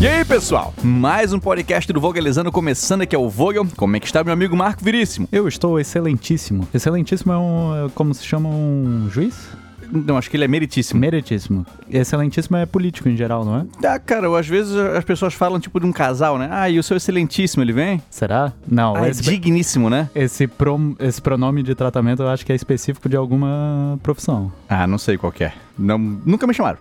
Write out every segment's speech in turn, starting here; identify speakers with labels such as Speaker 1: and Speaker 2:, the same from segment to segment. Speaker 1: E aí, pessoal? Mais um podcast do Vogelizando começando aqui é o Vogel. Como é que está meu amigo Marco Viríssimo?
Speaker 2: Eu estou excelentíssimo. Excelentíssimo é um. é como se chama um juiz?
Speaker 1: Não, acho que ele é meritíssimo.
Speaker 2: Meritíssimo. Excelentíssimo é político em geral, não é?
Speaker 1: Ah, cara, eu- às vezes as pessoas falam tipo de um casal, né? Ah, e o seu excelentíssimo, ele vem?
Speaker 2: Será? Não,
Speaker 1: Ah, é
Speaker 2: esse,
Speaker 1: digníssimo, né?
Speaker 2: esse, prom- esse pronome de tratamento eu acho que é específico de alguma profissão.
Speaker 1: Ah, não sei qual que é. Não, nunca me chamaram.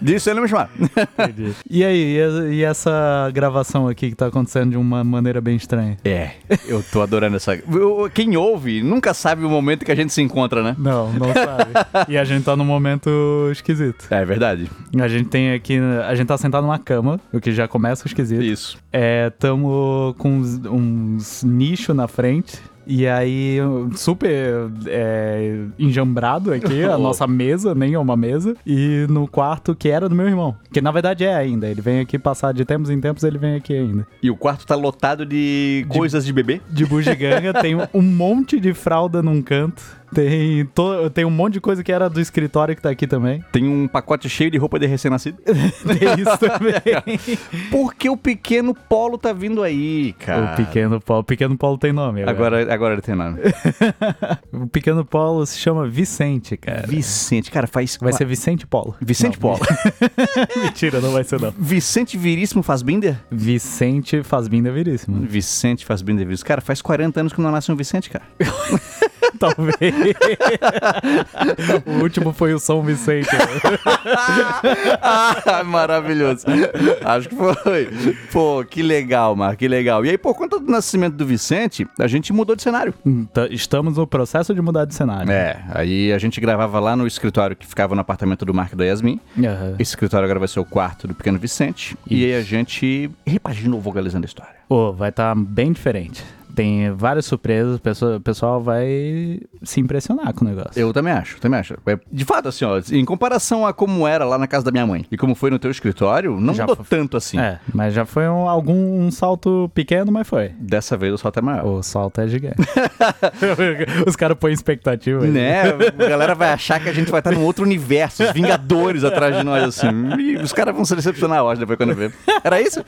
Speaker 1: Disso aí não me chamaram.
Speaker 2: E aí, e a- e essa gravação aqui que tá acontecendo de uma maneira bem estranha?
Speaker 1: É, eu tô adorando essa. Eu- Quem ouve nunca sabe o momento que a gente se encontra, né?
Speaker 2: Não, não sabe. e a gente tá num momento esquisito.
Speaker 1: É verdade.
Speaker 2: A gente tem aqui. A gente tá sentado numa cama, o que já começa esquisito.
Speaker 1: Isso.
Speaker 2: É, tamo com uns, uns nicho na frente. E aí, super é, enjambrado aqui, a
Speaker 1: Oh.
Speaker 2: nossa mesa, nem é uma mesa. E no quarto que era do meu irmão. Que na verdade é ainda. Ele vem aqui passar de tempos em tempos, ele vem aqui ainda.
Speaker 1: E o quarto tá lotado de, coisas de bebê.
Speaker 2: De bugiganga, tem um monte de fralda num canto. Tem, to- tem um monte de coisa que era do escritório que tá aqui também.
Speaker 1: Tem um pacote cheio de roupa de recém-nascido.
Speaker 2: Tem isso também.
Speaker 1: Porque o pequeno Polo tá vindo aí, cara.
Speaker 2: o Pequeno Paulo. O Pequeno Paulo tem nome agora.
Speaker 1: Agora, agora ele tem nome.
Speaker 2: O Pequeno Paulo se chama Vicente, cara.
Speaker 1: Vicente, cara, faz.
Speaker 2: Vai ser Vicente Polo.
Speaker 1: Vicente
Speaker 2: Não,
Speaker 1: Polo.
Speaker 2: Mentira, não vai ser não.
Speaker 1: Vicente Viríssimo Fazbinder?
Speaker 2: Vicente Fazbinda Veríssimo.
Speaker 1: Vicente Fazbinder Viríssimo. Cara, faz 40 anos que não nasce um Vicente, cara.
Speaker 2: Talvez. o último foi o São Vicente. né?
Speaker 1: Ah, maravilhoso. Acho que foi. Pô, que legal, Marco, que legal. E aí, por conta do nascimento do Vicente, a gente mudou de cenário.
Speaker 2: Então, Estamos no processo de mudar de cenário.
Speaker 1: É, aí a gente gravava lá no escritório que ficava no apartamento do Marco e da Yasmin.
Speaker 2: Aham.
Speaker 1: Esse escritório agora vai ser o quarto do Pequeno Vicente. E aí a gente repaginou o Vogalizando a História.
Speaker 2: Ô, vai estar bem diferente. Tem várias surpresas, o pessoa- o pessoal vai se impressionar com o negócio.
Speaker 1: Eu também acho, também acho. É, De fato, assim, ó, em comparação a como era lá na casa da minha mãe e como foi no teu escritório, não
Speaker 2: Já
Speaker 1: mudou
Speaker 2: foi-
Speaker 1: tanto assim.
Speaker 2: É, mas já foi um, algum um salto pequeno, mas foi.
Speaker 1: Dessa vez o salto é maior.
Speaker 2: O salto é gigante. Os caras põem expectativa. aí.
Speaker 1: Né? A galera vai achar que a gente vai estar num outro universo, os Vingadores atrás de nós, assim. E os caras vão se decepcionar, eu acho, depois quando vê. Era isso?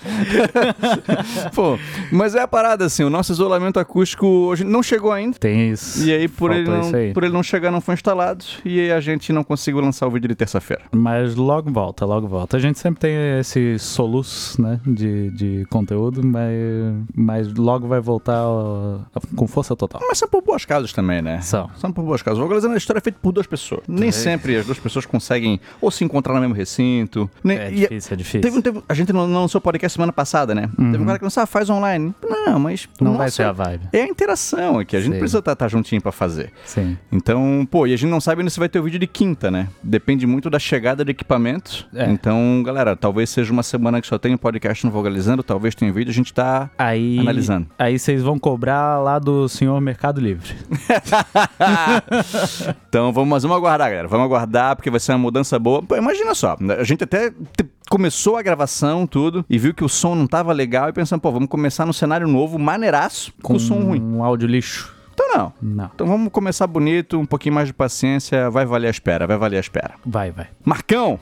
Speaker 1: Pô, mas é a parada, assim, o nosso isolamento acústico hoje não chegou ainda.
Speaker 2: Tem isso.
Speaker 1: E aí, por ele,
Speaker 2: Faltou
Speaker 1: não,
Speaker 2: isso aí.
Speaker 1: por ele não chegar, não foi instalado. E aí a gente não conseguiu lançar o vídeo de terça-feira.
Speaker 2: Mas logo volta, logo volta. A gente sempre tem esse soluço, né, de, de conteúdo, mas, mas logo vai voltar ó, com força total.
Speaker 1: Mas são por boas causas também, né?
Speaker 2: São.
Speaker 1: São por boas causas. O Vogalizando a história é feito por duas pessoas. Nem sempre as duas pessoas conseguem ou se encontrar no mesmo recinto. Nem,
Speaker 2: É
Speaker 1: e-
Speaker 2: difícil, é difícil.
Speaker 1: Teve, um- teve- a gente não não lançou podcast semana passada, né? Teve um cara que lançou, ah, faz online. Não, mas.
Speaker 2: Não
Speaker 1: nossa,
Speaker 2: vai ser a vibe.
Speaker 1: É a interação aqui. A gente
Speaker 2: Sim.
Speaker 1: precisa estar juntinho pra fazer.
Speaker 2: Sim.
Speaker 1: Então, pô, e a gente não sabe ainda se vai ter o vídeo de quinta, né? Depende muito da chegada de equipamento.
Speaker 2: É.
Speaker 1: Então, galera, talvez seja uma semana que só tenha podcast no Vogalizando, talvez tenha vídeo. A gente tá.
Speaker 2: Aí,
Speaker 1: Analisando.
Speaker 2: Aí vocês vão cobrar lá do senhor Mercado Livre.
Speaker 1: Então vamos, mas vamos aguardar, galera. Vamos aguardar, porque vai ser uma mudança boa. Pô, imagina só, né? a gente até te- começou a gravação, tudo, e viu que o som não tava legal, e pensando, pô, vamos começar num cenário novo, maneiraço, com, o som ruim.
Speaker 2: Um áudio lixo.
Speaker 1: Então não.
Speaker 2: Não.
Speaker 1: Então vamos começar bonito, um pouquinho mais de paciência, vai valer a espera, vai valer a espera.
Speaker 2: Vai, vai.
Speaker 1: Marcão!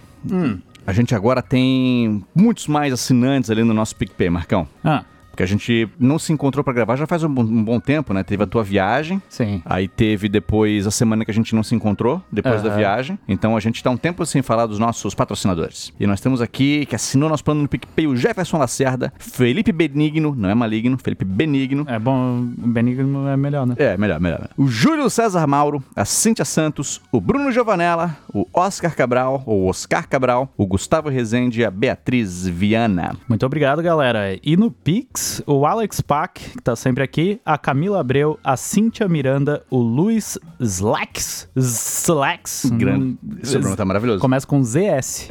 Speaker 1: A gente agora tem muitos mais assinantes ali no nosso PicPay, Marcão.
Speaker 2: Ah,
Speaker 1: Porque a gente não se encontrou pra gravar já faz um bom- um bom tempo, né? Teve a tua viagem.
Speaker 2: sim.
Speaker 1: Aí teve depois a semana que a gente não se encontrou, depois da
Speaker 2: Aham.
Speaker 1: viagem. Então a gente tá um tempo sem falar dos nossos patrocinadores. E nós temos aqui, que assinou nosso plano no PicPay, o Jefferson Lacerda, Felipe Benigno, não é maligno, Felipe Benigno.
Speaker 2: É bom, o Benigno é melhor, né?
Speaker 1: É, melhor, melhor. melhor. O Júlio César Mauro, a Cíntia Santos, o Bruno Giovanella, o Oscar Cabral, ou Oscar Cabral, o Gustavo Rezende e a Beatriz Viana.
Speaker 2: Muito obrigado, galera. E no Pix, o Alex Pack, que tá sempre aqui, a Camila Abreu, a Cíntia Miranda, o Luiz Slacks. Slacks.
Speaker 1: Grande.
Speaker 2: Hum,
Speaker 1: Esse sobrenome tá maravilhoso.
Speaker 2: Começa com ZS.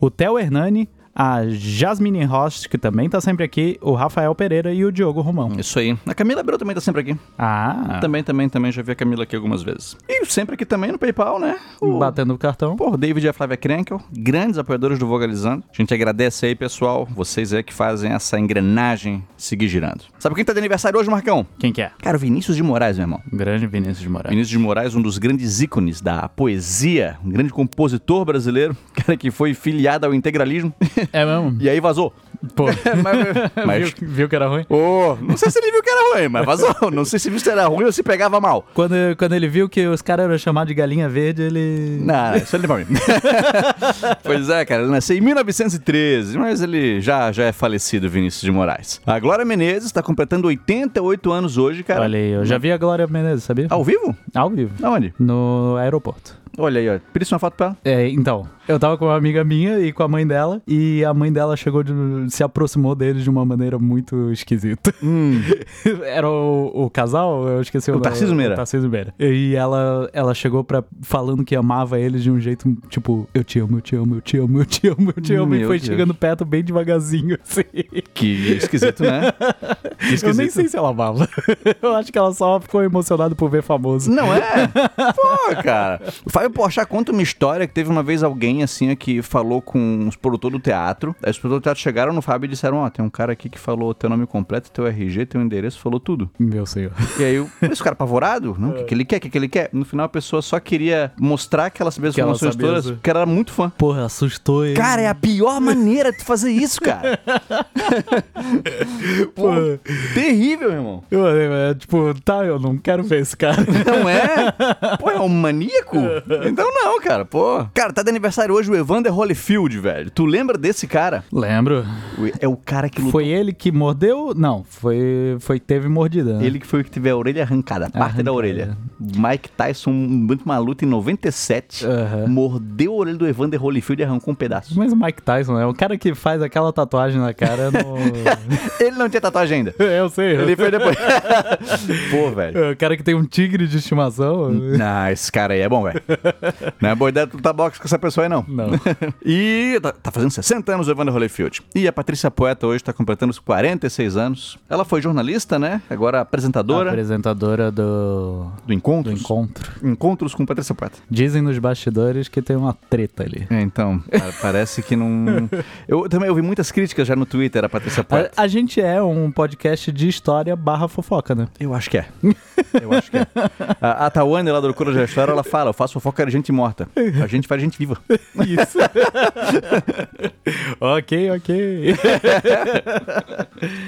Speaker 2: o Theo Hernani, a Jasmine Rost, que também tá sempre aqui, o Rafael Pereira e o Diogo Romão.
Speaker 1: Isso aí. A Camila Abreu também tá sempre aqui.
Speaker 2: é? Ah,
Speaker 1: Também, também, também. Já vi a Camila aqui algumas vezes. E sempre aqui também no PayPal, né? O...
Speaker 2: batendo o cartão.
Speaker 1: Pô, o David e a Flávia Krenkel, grandes apoiadores do Vogalizando. A gente agradece aí, pessoal. Vocês aí que fazem essa engrenagem seguir girando. Sabe quem tá de aniversário hoje, Marcão?
Speaker 2: Quem que é?
Speaker 1: Cara, o Vinícius de Moraes, meu irmão.
Speaker 2: Grande Vinícius de Moraes.
Speaker 1: Vinícius de Moraes, um dos grandes ícones da poesia, um grande compositor brasileiro, cara que foi filiado ao integralismo
Speaker 2: É mesmo?
Speaker 1: e aí vazou.
Speaker 2: Pô,
Speaker 1: É, mas, mas
Speaker 2: viu, viu que era ruim?
Speaker 1: Ô, não sei se ele viu que era ruim, mas vazou. Não sei se viu se era ruim ou se pegava mal.
Speaker 2: Quando, quando ele viu que os caras eram chamados de galinha verde, ele.
Speaker 1: Não, não, isso ele pra mim. pois é, cara, ele nasceu em 1913, mas ele já, já é falecido, Vinícius de Moraes. A Glória Menezes tá completando 88 anos hoje, cara.
Speaker 2: Olha aí, eu já vi a Glória Menezes, sabia?
Speaker 1: Ao vivo?
Speaker 2: Ao vivo.
Speaker 1: Aonde?
Speaker 2: No aeroporto.
Speaker 1: Olha aí, ó. Pedi uma foto pra ela.
Speaker 2: É, então, eu tava com uma amiga minha e com a mãe dela, e a mãe dela chegou de, se aproximou deles de uma maneira muito esquisita. Era o, o casal, eu esqueci
Speaker 1: Hum.
Speaker 2: o,
Speaker 1: O
Speaker 2: nome.
Speaker 1: Tarcísio Meira.
Speaker 2: O Tarcísio Meira. E ela, ela chegou pra, falando que amava eles de um jeito, tipo, eu te amo, eu te amo, eu te amo, eu te amo, eu te amo, e
Speaker 1: Meu
Speaker 2: foi
Speaker 1: Deus.
Speaker 2: chegando perto bem devagarzinho, assim.
Speaker 1: Que esquisito, né? Que esquisito.
Speaker 2: Eu nem sei se ela amava. Eu acho que ela só ficou emocionada por ver famoso.
Speaker 1: Não é? Pô, cara. O Fábio Porchat conta uma história que teve uma vez alguém, assim, ó, que falou com os produtores do teatro. Aí os produtores do teatro chegaram no Fábio e disseram, ó, tem um cara aqui que falou teu nome completo, teu RG, teu endereço, falou tudo.
Speaker 2: Meu senhor.
Speaker 1: E aí, o- esse cara é apavorado,
Speaker 2: É.
Speaker 1: não? O que, que ele quer? O que, que ele quer? No final, a pessoa só queria mostrar que ela sabia as
Speaker 2: Que ela
Speaker 1: informações
Speaker 2: sabia
Speaker 1: todas,
Speaker 2: as-
Speaker 1: porque ela era muito fã.
Speaker 2: Porra, assustou ele.
Speaker 1: Cara, é a pior maneira de fazer isso, cara. Pô, terrível, irmão.
Speaker 2: Eu, eu, eu, tipo, tá, eu não quero ver esse cara.
Speaker 1: Não é? Pô, é um maníaco? Então não, cara, pô. Cara, tá de aniversário hoje o Evander Holyfield, velho. Tu lembra desse cara?
Speaker 2: Lembro.
Speaker 1: O- É o cara que lutou.
Speaker 2: Foi ele que mordeu? Não, foi, foi teve mordida. né?
Speaker 1: Ele que foi o que teve a orelha arrancada, a parte da
Speaker 2: Arrancada.
Speaker 1: orelha. Mike Tyson, muito maluco, em 97,
Speaker 2: Aham.
Speaker 1: mordeu a orelha do Evander Holyfield e arrancou um pedaço.
Speaker 2: Mas o Tipo, Mike Tyson é o cara que faz aquela tatuagem na cara. No...
Speaker 1: Ele não tinha tatuagem ainda.
Speaker 2: eu sei.
Speaker 1: Ele foi depois. pô, velho.
Speaker 2: É O cara que tem um tigre de estimação.
Speaker 1: Ah, esse cara aí é bom, velho. Não é boa ideia tu lutar boxe com essa pessoa aí, não.
Speaker 2: Não.
Speaker 1: E tá, tá fazendo 60 anos o Evander Holyfield. E a Patrícia Poeta hoje tá completando os 46 anos. Ela foi jornalista, né? Agora apresentadora
Speaker 2: Apresentadora do,
Speaker 1: do Encontros.
Speaker 2: do encontro.
Speaker 1: Encontros com Patrícia Poeta.
Speaker 2: Dizem nos bastidores que tem uma treta ali.
Speaker 1: É, então, cara, parece que não... Eu também ouvi muitas críticas já no Twitter a Patrícia Poeta.
Speaker 2: A, a gente é um podcast de história barra fofoca, né?
Speaker 1: Eu acho que é. Eu acho que é. A, a Tawane, lá do Loucura da História, ela fala, eu faço fofoca de gente morta. A gente faz gente viva.
Speaker 2: Isso. ok, ok.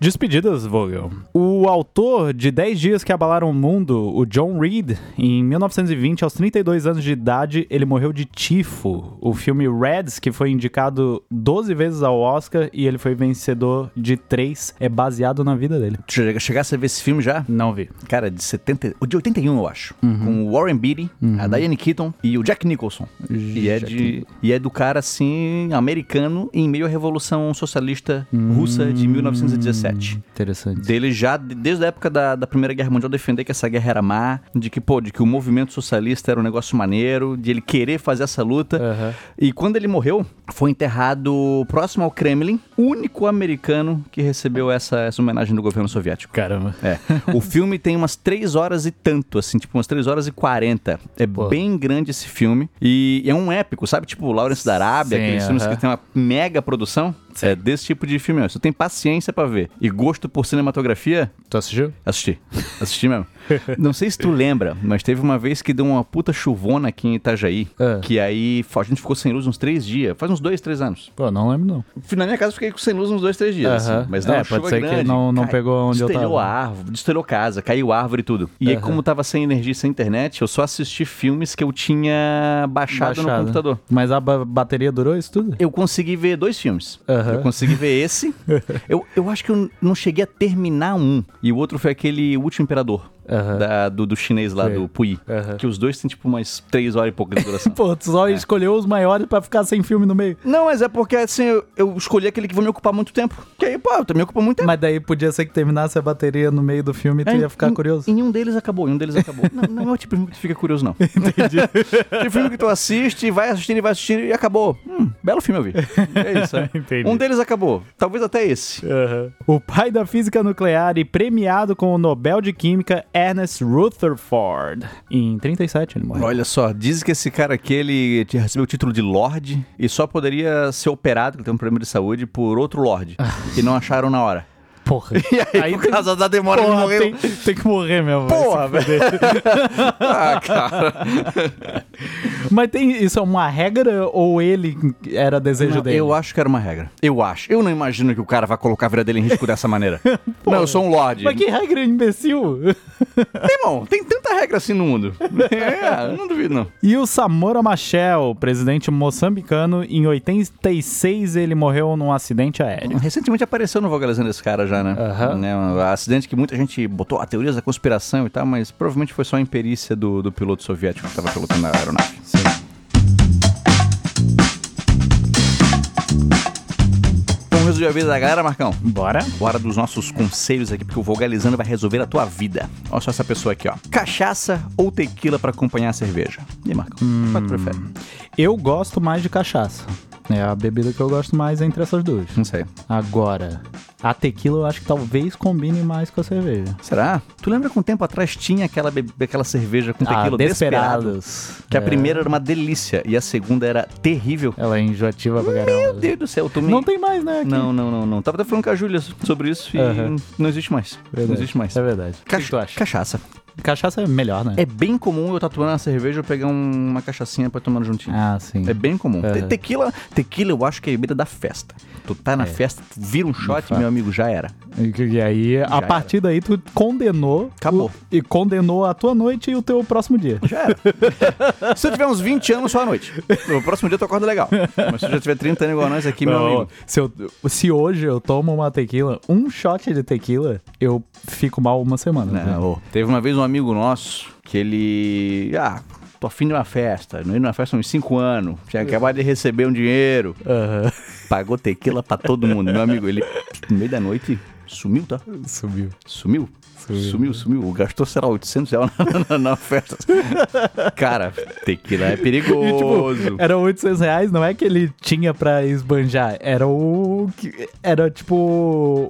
Speaker 2: Despedidas, Vogel. O autor de 10 Dias que Abalaram o Mundo, o John Reed, em 1920, aos 32 anos de idade, ele morreu de tifo. O filme Reds, que foi indicado 12 vezes ao Oscar e ele foi vencedor de 3, é baseado na vida dele.
Speaker 1: Tu já chegasse a ver esse filme já?
Speaker 2: Não vi.
Speaker 1: Cara, de 70. O de 81, eu acho.
Speaker 2: Uhum.
Speaker 1: Com o Warren Beatty, a Diane Keaton e o Jack Nicholson. E é,
Speaker 2: Jack
Speaker 1: de, e é do cara, assim, americano em meio à Revolução Socialista Russa
Speaker 2: Hum.
Speaker 1: de 1917.
Speaker 2: Interessante.
Speaker 1: Dele já, de- desde a época da, da Primeira Guerra Mundial, defender que essa guerra era má, de que, pô, de que o movimento socialista era um negócio maneiro, de ele querer fazer essa luta.
Speaker 2: Aham.
Speaker 1: E quando ele morreu, foi enterrado próximo ao Kremlin, único americano que recebeu essa, essa homenagem do governo soviético.
Speaker 2: Caramba.
Speaker 1: É. O filme tem umas 3 horas e tanto, assim, tipo umas 3 horas e 40. É
Speaker 2: Pô.
Speaker 1: bem grande esse filme. E é um épico, sabe? Tipo o Lawrence da Arábia,
Speaker 2: Sim,
Speaker 1: aqueles filmes
Speaker 2: aham.
Speaker 1: que tem uma mega produção. É desse tipo de filme. Se tu tem paciência pra ver e gosto por cinematografia,
Speaker 2: Tu assistiu?
Speaker 1: Assisti. Assisti mesmo. Não sei se tu lembra, mas teve uma vez que deu uma puta chuvona aqui em Itajaí.
Speaker 2: É.
Speaker 1: Que aí fo- a gente ficou sem luz uns três dias. Faz uns dois, três anos.
Speaker 2: Pô, não lembro não.
Speaker 1: Fui Na minha casa eu fiquei sem luz uns dois, três dias.
Speaker 2: Aham.
Speaker 1: assim. Mas não,
Speaker 2: É,
Speaker 1: a chuva
Speaker 2: pode ser que
Speaker 1: grande.
Speaker 2: não- não
Speaker 1: Cai-
Speaker 2: pegou onde eu
Speaker 1: destelhou
Speaker 2: tava.
Speaker 1: a árvore, destelhou casa, caiu árvore e tudo. E aí,
Speaker 2: Aham.
Speaker 1: como tava sem energia e sem internet, eu só assisti filmes que eu tinha baixado, no
Speaker 2: Baixado.
Speaker 1: computador.
Speaker 2: Mas a ba- bateria durou isso tudo?
Speaker 1: Eu consegui ver dois filmes.
Speaker 2: Aham.
Speaker 1: Eu consegui ver esse. eu, eu acho que eu não cheguei a terminar um. E o outro foi aquele O Último Imperador.
Speaker 2: Aham.
Speaker 1: da- do, do chinês lá,
Speaker 2: Sei.
Speaker 1: do Pui.
Speaker 2: Aham.
Speaker 1: Que os dois têm, tipo, umas três horas e pouco de duração.
Speaker 2: Pô, tu
Speaker 1: É.
Speaker 2: só escolheu os maiores pra ficar sem filme no meio.
Speaker 1: Não, mas é porque, assim, eu, eu escolhi aquele que vai me ocupar muito tempo. Que aí, pô, me ocupa muito tempo.
Speaker 2: Mas daí podia ser que terminasse a bateria no meio do filme e tu
Speaker 1: É,
Speaker 2: ia ficar
Speaker 1: em-
Speaker 2: curioso.
Speaker 1: Em um deles acabou, em um deles acabou. não, não é o tipo de filme que tu fica curioso, não.
Speaker 2: Entendi.
Speaker 1: Tem filme que tu assiste, vai assistindo e vai assistindo e acabou. Hum, belo filme eu vi. É isso. né?
Speaker 2: Entendi.
Speaker 1: Um deles acabou. Talvez até esse.
Speaker 2: O pai da física nuclear e premiado com o Nobel de Química, Ernest Rutherford. Em 37 ele morreu.
Speaker 1: Olha só, dizem que esse cara aqui, ele te- recebeu o título de Lorde e só poderia ser operado, que tem um problema de saúde, por outro Lorde.
Speaker 2: Ah.
Speaker 1: e não acharam na hora.
Speaker 2: Porra.
Speaker 1: E aí, por causa da demora, ele
Speaker 2: Porra,
Speaker 1: morreu.
Speaker 2: tem, tem que morrer mesmo. vai se
Speaker 1: Porra,
Speaker 2: fuder.
Speaker 1: Ah, cara.
Speaker 2: Mas tem isso é uma regra ou ele era desejo
Speaker 1: Não,
Speaker 2: dele?
Speaker 1: Eu acho que era uma regra. Eu acho. Eu não imagino que o cara vai colocar a vida dele em risco dessa maneira. não, eu sou um Lorde.
Speaker 2: Mas que regra imbecil?
Speaker 1: Tem, irmão, tem tanta regra assim no mundo. É, eu não duvido, não.
Speaker 2: E o Samora Machel, presidente moçambicano, em 86 ele morreu num acidente aéreo.
Speaker 1: Recentemente apareceu no Vogalezando esse cara já, né?
Speaker 2: Aham.
Speaker 1: Né, Um acidente que muita gente botou a teoria da conspiração e tal, mas provavelmente foi só a imperícia do, do piloto soviético que tava pilotando a aeronave. Vamos resolver a vida da galera, Marcão?
Speaker 2: Bora?
Speaker 1: Bora dos nossos conselhos aqui, porque o Vogalizando vai resolver a tua vida. Olha só essa pessoa aqui, ó. Cachaça ou tequila pra acompanhar a cerveja? E aí, Marcão, qual tu prefere?
Speaker 2: Eu gosto mais de cachaça. É a bebida que eu gosto mais entre essas duas.
Speaker 1: Não sei.
Speaker 2: Agora, a tequila eu acho que talvez combine mais com a cerveja.
Speaker 1: Será? Tu lembra que um tempo atrás tinha aquela, bebe- aquela cerveja com tequila
Speaker 2: ah,
Speaker 1: desperado?
Speaker 2: Desperados.
Speaker 1: Que a
Speaker 2: É,
Speaker 1: primeira era uma delícia e a segunda era terrível.
Speaker 2: Ela é enjoativa pra caramba.
Speaker 1: Meu Deus do céu, tu me...
Speaker 2: Não tem mais, né? aqui.
Speaker 1: não, não, não, não. Tava até falando com a Júlia sobre isso e
Speaker 2: Aham.
Speaker 1: não existe mais. Não
Speaker 2: Verdade.
Speaker 1: existe mais.
Speaker 2: É verdade. O que
Speaker 1: Cacha-
Speaker 2: que tu acha?
Speaker 1: Cachaça.
Speaker 2: Cachaça é melhor, né?
Speaker 1: É bem comum eu tatuando uma cerveja e pegar um- uma cachaçinha pra tomar juntinho.
Speaker 2: Ah, sim.
Speaker 1: É bem comum. Te-
Speaker 2: Aham.
Speaker 1: Tequila, tequila eu acho que é a bebida da festa. Tu tá na
Speaker 2: É.
Speaker 1: festa, tu vira um shot,
Speaker 2: fato.
Speaker 1: meu amigo, já era.
Speaker 2: E, e aí, a
Speaker 1: era.
Speaker 2: partir daí, tu condenou.
Speaker 1: Acabou.
Speaker 2: o- e condenou a tua noite e o teu próximo dia.
Speaker 1: Já era. É. se eu tiver uns 20 anos, só à noite. No próximo dia tu acorda legal. Mas se eu já tiver 30 anos igual nós aqui, meu
Speaker 2: Não,
Speaker 1: amigo.
Speaker 2: se, eu- se hoje eu tomo uma tequila, um shot de tequila, eu fico mal uma semana. né?
Speaker 1: Não, ô. Teve uma vez um amigo nosso que ele. Ah, tô afim de uma festa. Não ia numa festa há uns 5 anos. Tinha acabado de receber um dinheiro.
Speaker 2: Aham.
Speaker 1: Pagou tequila pra todo mundo. Meu amigo, ele, no meio da noite, sumiu, tá?
Speaker 2: Subiu.
Speaker 1: Sumiu?
Speaker 2: Sumiu.
Speaker 1: Sumiu, sumiu. Gastou, sei lá, 800 reais na, na, na festa. Cara, tequila é
Speaker 2: E,
Speaker 1: perigoso.
Speaker 2: tipo, era 800 reais, não é que ele tinha pra esbanjar, era o. que- Era tipo.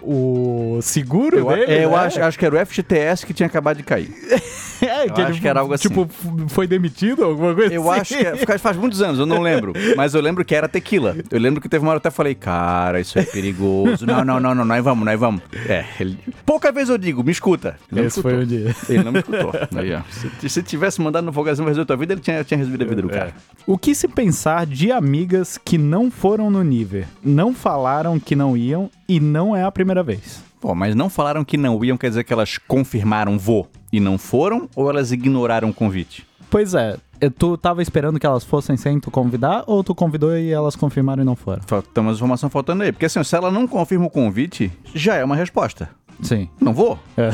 Speaker 2: O seguro
Speaker 1: eu,
Speaker 2: dele?
Speaker 1: é, eu
Speaker 2: né?
Speaker 1: acho, acho que era o FGTS que tinha acabado de cair.
Speaker 2: É,
Speaker 1: eu acho que era algo assim.
Speaker 2: Tipo, f- foi demitido, alguma coisa
Speaker 1: Eu
Speaker 2: assim.
Speaker 1: acho que é- faz- faz muitos anos, eu não lembro. Mas eu lembro que era tequila. Eu lembro que teve uma hora que eu até falei, cara, isso é perigoso. Não, não, não, não, nós vamos, nós vamos. É, ele... pouca vez eu digo, me escuta. Ele não
Speaker 2: Esse foi
Speaker 1: escutou.
Speaker 2: o dia.
Speaker 1: Ele não me escutou. Aí, ó, se, se tivesse mandado no Fogazão resolver tua vida, ele tinha, tinha resolvido a vida do
Speaker 2: É.
Speaker 1: cara.
Speaker 2: O que se pensar de amigas que não foram no nível, não falaram que não iam e não é a primeira vez?
Speaker 1: Pô, mas não falaram que não iam, quer dizer que elas confirmaram vou e não foram? Ou elas ignoraram o convite?
Speaker 2: Pois é, eh, tu tava esperando que elas fossem sem tu convidar ou tu convidou e elas confirmaram e não foram?
Speaker 1: Fal- Tem umas informação faltando aí. Porque assim, se ela não confirma o convite, já é uma resposta.
Speaker 2: Sim.
Speaker 1: Não vou?
Speaker 2: É.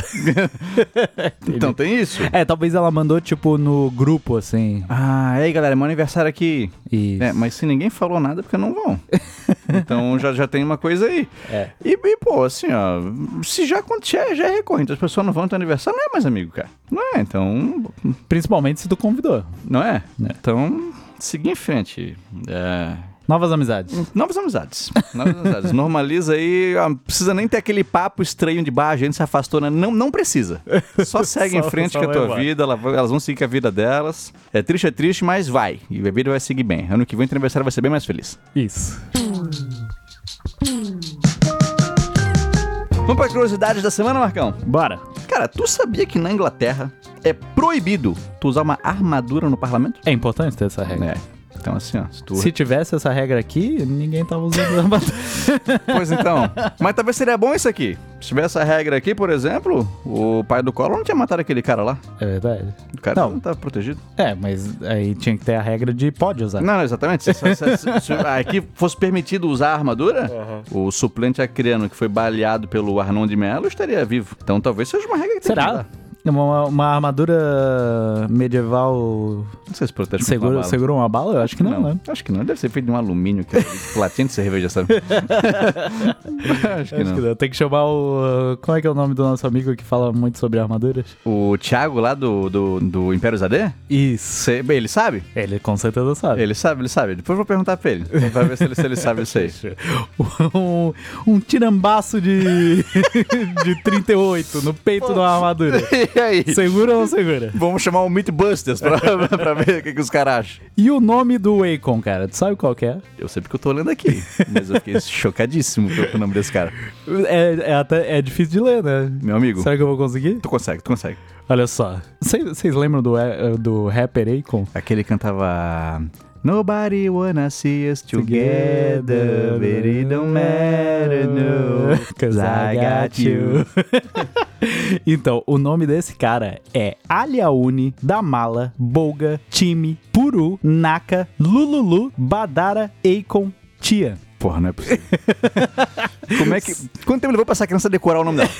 Speaker 1: então tem isso.
Speaker 2: É, talvez ela mandou, tipo, no grupo, assim.
Speaker 1: Ah, e aí galera, meu aniversário aqui.
Speaker 2: E.
Speaker 1: É, mas se ninguém falou nada, é porque não vão. então já, já tem uma coisa aí.
Speaker 2: É.
Speaker 1: E, e, pô, assim, ó, se já acontece, já é recorrente. As pessoas não vão no teu aniversário, não é mais amigo, cara. Não é, então.
Speaker 2: Principalmente se tu convidou.
Speaker 1: Não é? Então, seguir em frente. É,
Speaker 2: Novas amizades.
Speaker 1: Novas amizades. Novas amizades. Normaliza aí. ah, Precisa nem ter aquele papo estranho de bar, a gente se afastou. Né? Não, não precisa. Só segue em
Speaker 2: Só-
Speaker 1: frente
Speaker 2: só
Speaker 1: com a
Speaker 2: vai
Speaker 1: tua
Speaker 2: embora.
Speaker 1: vida. ela- Elas vão seguir com a vida delas. É triste, é triste, mas vai. E a vida vai seguir bem. Ano que vem teu aniversário vai ser bem mais feliz.
Speaker 2: Isso.
Speaker 1: Vamos para curiosidades da semana, Marcão?
Speaker 2: Bora.
Speaker 1: Cara, tu sabia que na Inglaterra é proibido tu usar uma armadura no parlamento?
Speaker 2: É importante ter essa regra.
Speaker 1: É. Então assim, ó, se tu...
Speaker 2: Se tivesse essa regra aqui, ninguém tava usando a batalha.
Speaker 1: Pois então. Mas talvez seria bom isso aqui. Se tivesse essa regra aqui, por exemplo, o pai do Collor não tinha matado aquele cara lá.
Speaker 2: É verdade.
Speaker 1: O cara não,
Speaker 2: Não.
Speaker 1: tava protegido.
Speaker 2: É, mas aí tinha que ter a regra de pode usar.
Speaker 1: Tá. Não, não, exatamente. Se, se, se- se- se aqui fosse permitido usar a armadura, o suplente acriano que foi baleado pelo Arnon de Mello estaria vivo. Então talvez seja uma regra que tem que
Speaker 2: Será?
Speaker 1: mudar.
Speaker 2: Uma, uma armadura medieval
Speaker 1: Não sei se protege contra uma
Speaker 2: segura,
Speaker 1: bala.
Speaker 2: segurou uma bala? Eu acho que não, né?
Speaker 1: acho que não. Deve ser feito de um alumínio, que é platina de cerveja, sabe? acho que
Speaker 2: Acho que
Speaker 1: não.
Speaker 2: não. Tem que chamar o. Como é que é o nome do nosso amigo que fala muito sobre armaduras?
Speaker 1: O Thiago lá do, do, do Império Zadé?
Speaker 2: Isso.
Speaker 1: Cê- bem, ele sabe?
Speaker 2: Ele com certeza sabe.
Speaker 1: Ele é. sabe, ele sabe. Depois eu vou perguntar pra ele. Pra ver se ele, se ele sabe isso aí.
Speaker 2: Um, um tirambaço de, de 38 no peito de uma armadura.
Speaker 1: E aí?
Speaker 2: Segura ou não segura?
Speaker 1: Vamos chamar o Mythbusters pra, pra ver o que, que os caras acham.
Speaker 2: E o nome do Akon, cara? Tu sabe qual que é?
Speaker 1: Eu sei porque eu tô olhando aqui, mas eu fiquei chocadíssimo com o nome desse cara.
Speaker 2: É, é até, é difícil de ler, né?
Speaker 1: Meu amigo,
Speaker 2: Será que eu vou conseguir?
Speaker 1: tu consegue, tu consegue.
Speaker 2: Olha só. Vocês lembram do, eh, do rapper Akon?
Speaker 1: Aquele cantava. Nobody wanna see us together, but it don't matter, no, cause I got you.
Speaker 2: então, o nome desse cara é Aliaune, Damala, Bolga, Time, Puru, Naka, Lululu, Badara, Akon, Tia.
Speaker 1: Porra, não é possível. Como é que. Quanto tempo levou pra essa criança decorar o nome dela?